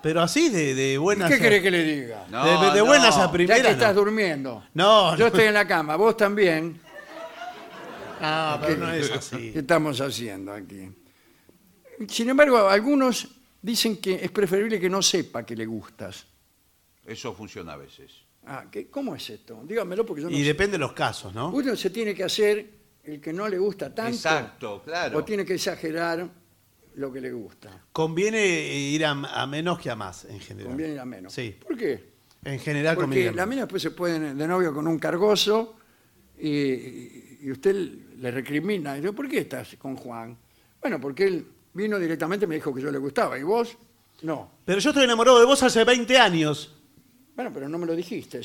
Pero así de, de buenas.
¿Qué querés que le diga?
No,
de, de- de
no.
buenas
ya
a
que
primeras.
estás
no.
durmiendo.
No,
Yo
no.
estoy en la cama, vos también.
Ah, pero no es
¿Qué
así.
estamos haciendo aquí? Sin embargo, algunos dicen que es preferible que no sepa que le gustas.
Eso funciona a veces.
Ah, ¿qué- ¿Cómo es esto? Dígamelo porque yo no
Y
sé.
depende de los casos, ¿no?
Uno se tiene que hacer el que no le gusta tanto.
Exacto, claro.
O tiene que exagerar lo que le gusta.
Conviene ir a, a menos que a más, en general.
Conviene ir a menos.
Sí.
¿Por qué?
En general
Porque
conviene. ir
las
a menos.
minas después se pueden de novio con un cargoso y, y usted le recrimina. Y yo, ¿por qué estás con Juan? Bueno, porque él vino directamente y me dijo que yo le gustaba. ¿Y vos? No.
Pero yo estoy enamorado de vos hace 20 años.
Bueno, pero no me lo dijiste.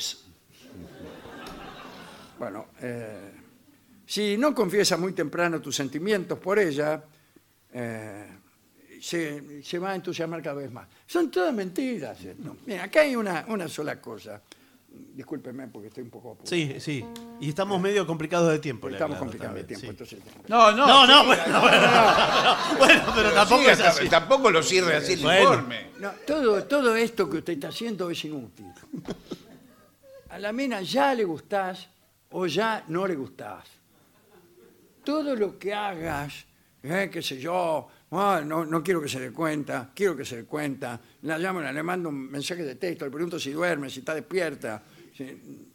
Bueno, eh, si no confiesa muy temprano tus sentimientos por ella, eh, se, se va a entusiasmar cada vez más. Son todas mentiras. esto. Mira, acá hay una, una sola cosa. Discúlpeme porque estoy un poco apurado.
Sí, sí. Y estamos medio complicados de tiempo. le
Estamos
aclaro
complicados de
también,
tiempo.
sí.
entonces-
No, no.
No,
sí,
no, bueno, bueno, no, no. Bueno, pero tampoco
siga,
es así.
Tampoco lo cierre así el
Bueno.
informe.
No, todo, todo esto que usted está haciendo es inútil. A la mina ya le gustás o ya no le gustás. Todo lo que hagas, eh, qué sé yo, "Ah, no, no quiero que se dé cuenta, quiero que se dé cuenta. La llamo, le mando un mensaje de texto, le pregunto si duerme, si está despierta. si-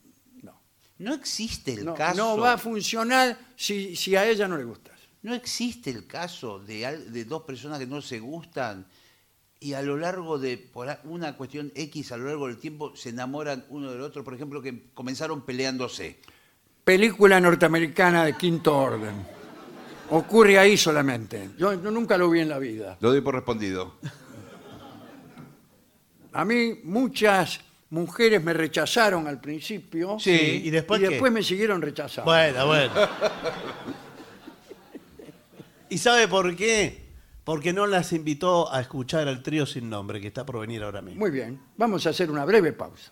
No existe el
no,
caso.
no va a funcionar si, si a ella no le gustas.
No existe el caso de, al- de dos personas que no se gustan y a lo largo de por a- una cuestión X, a lo largo del tiempo, se enamoran uno del otro, por ejemplo, que comenzaron peleándose.
Película norteamericana de quinto orden. Ocurre ahí solamente. Yo no- nunca lo vi en la vida.
Lo doy por respondido.
A mí muchas mujeres me rechazaron al principio
Sí.
¿Y después
y
qué?
después me siguieron rechazando.
Bueno, bueno. ¿Y sabe por qué? Porque no las invitó a escuchar al trío sin nombre que está por venir ahora mismo.
Muy bien, vamos a hacer una breve pausa.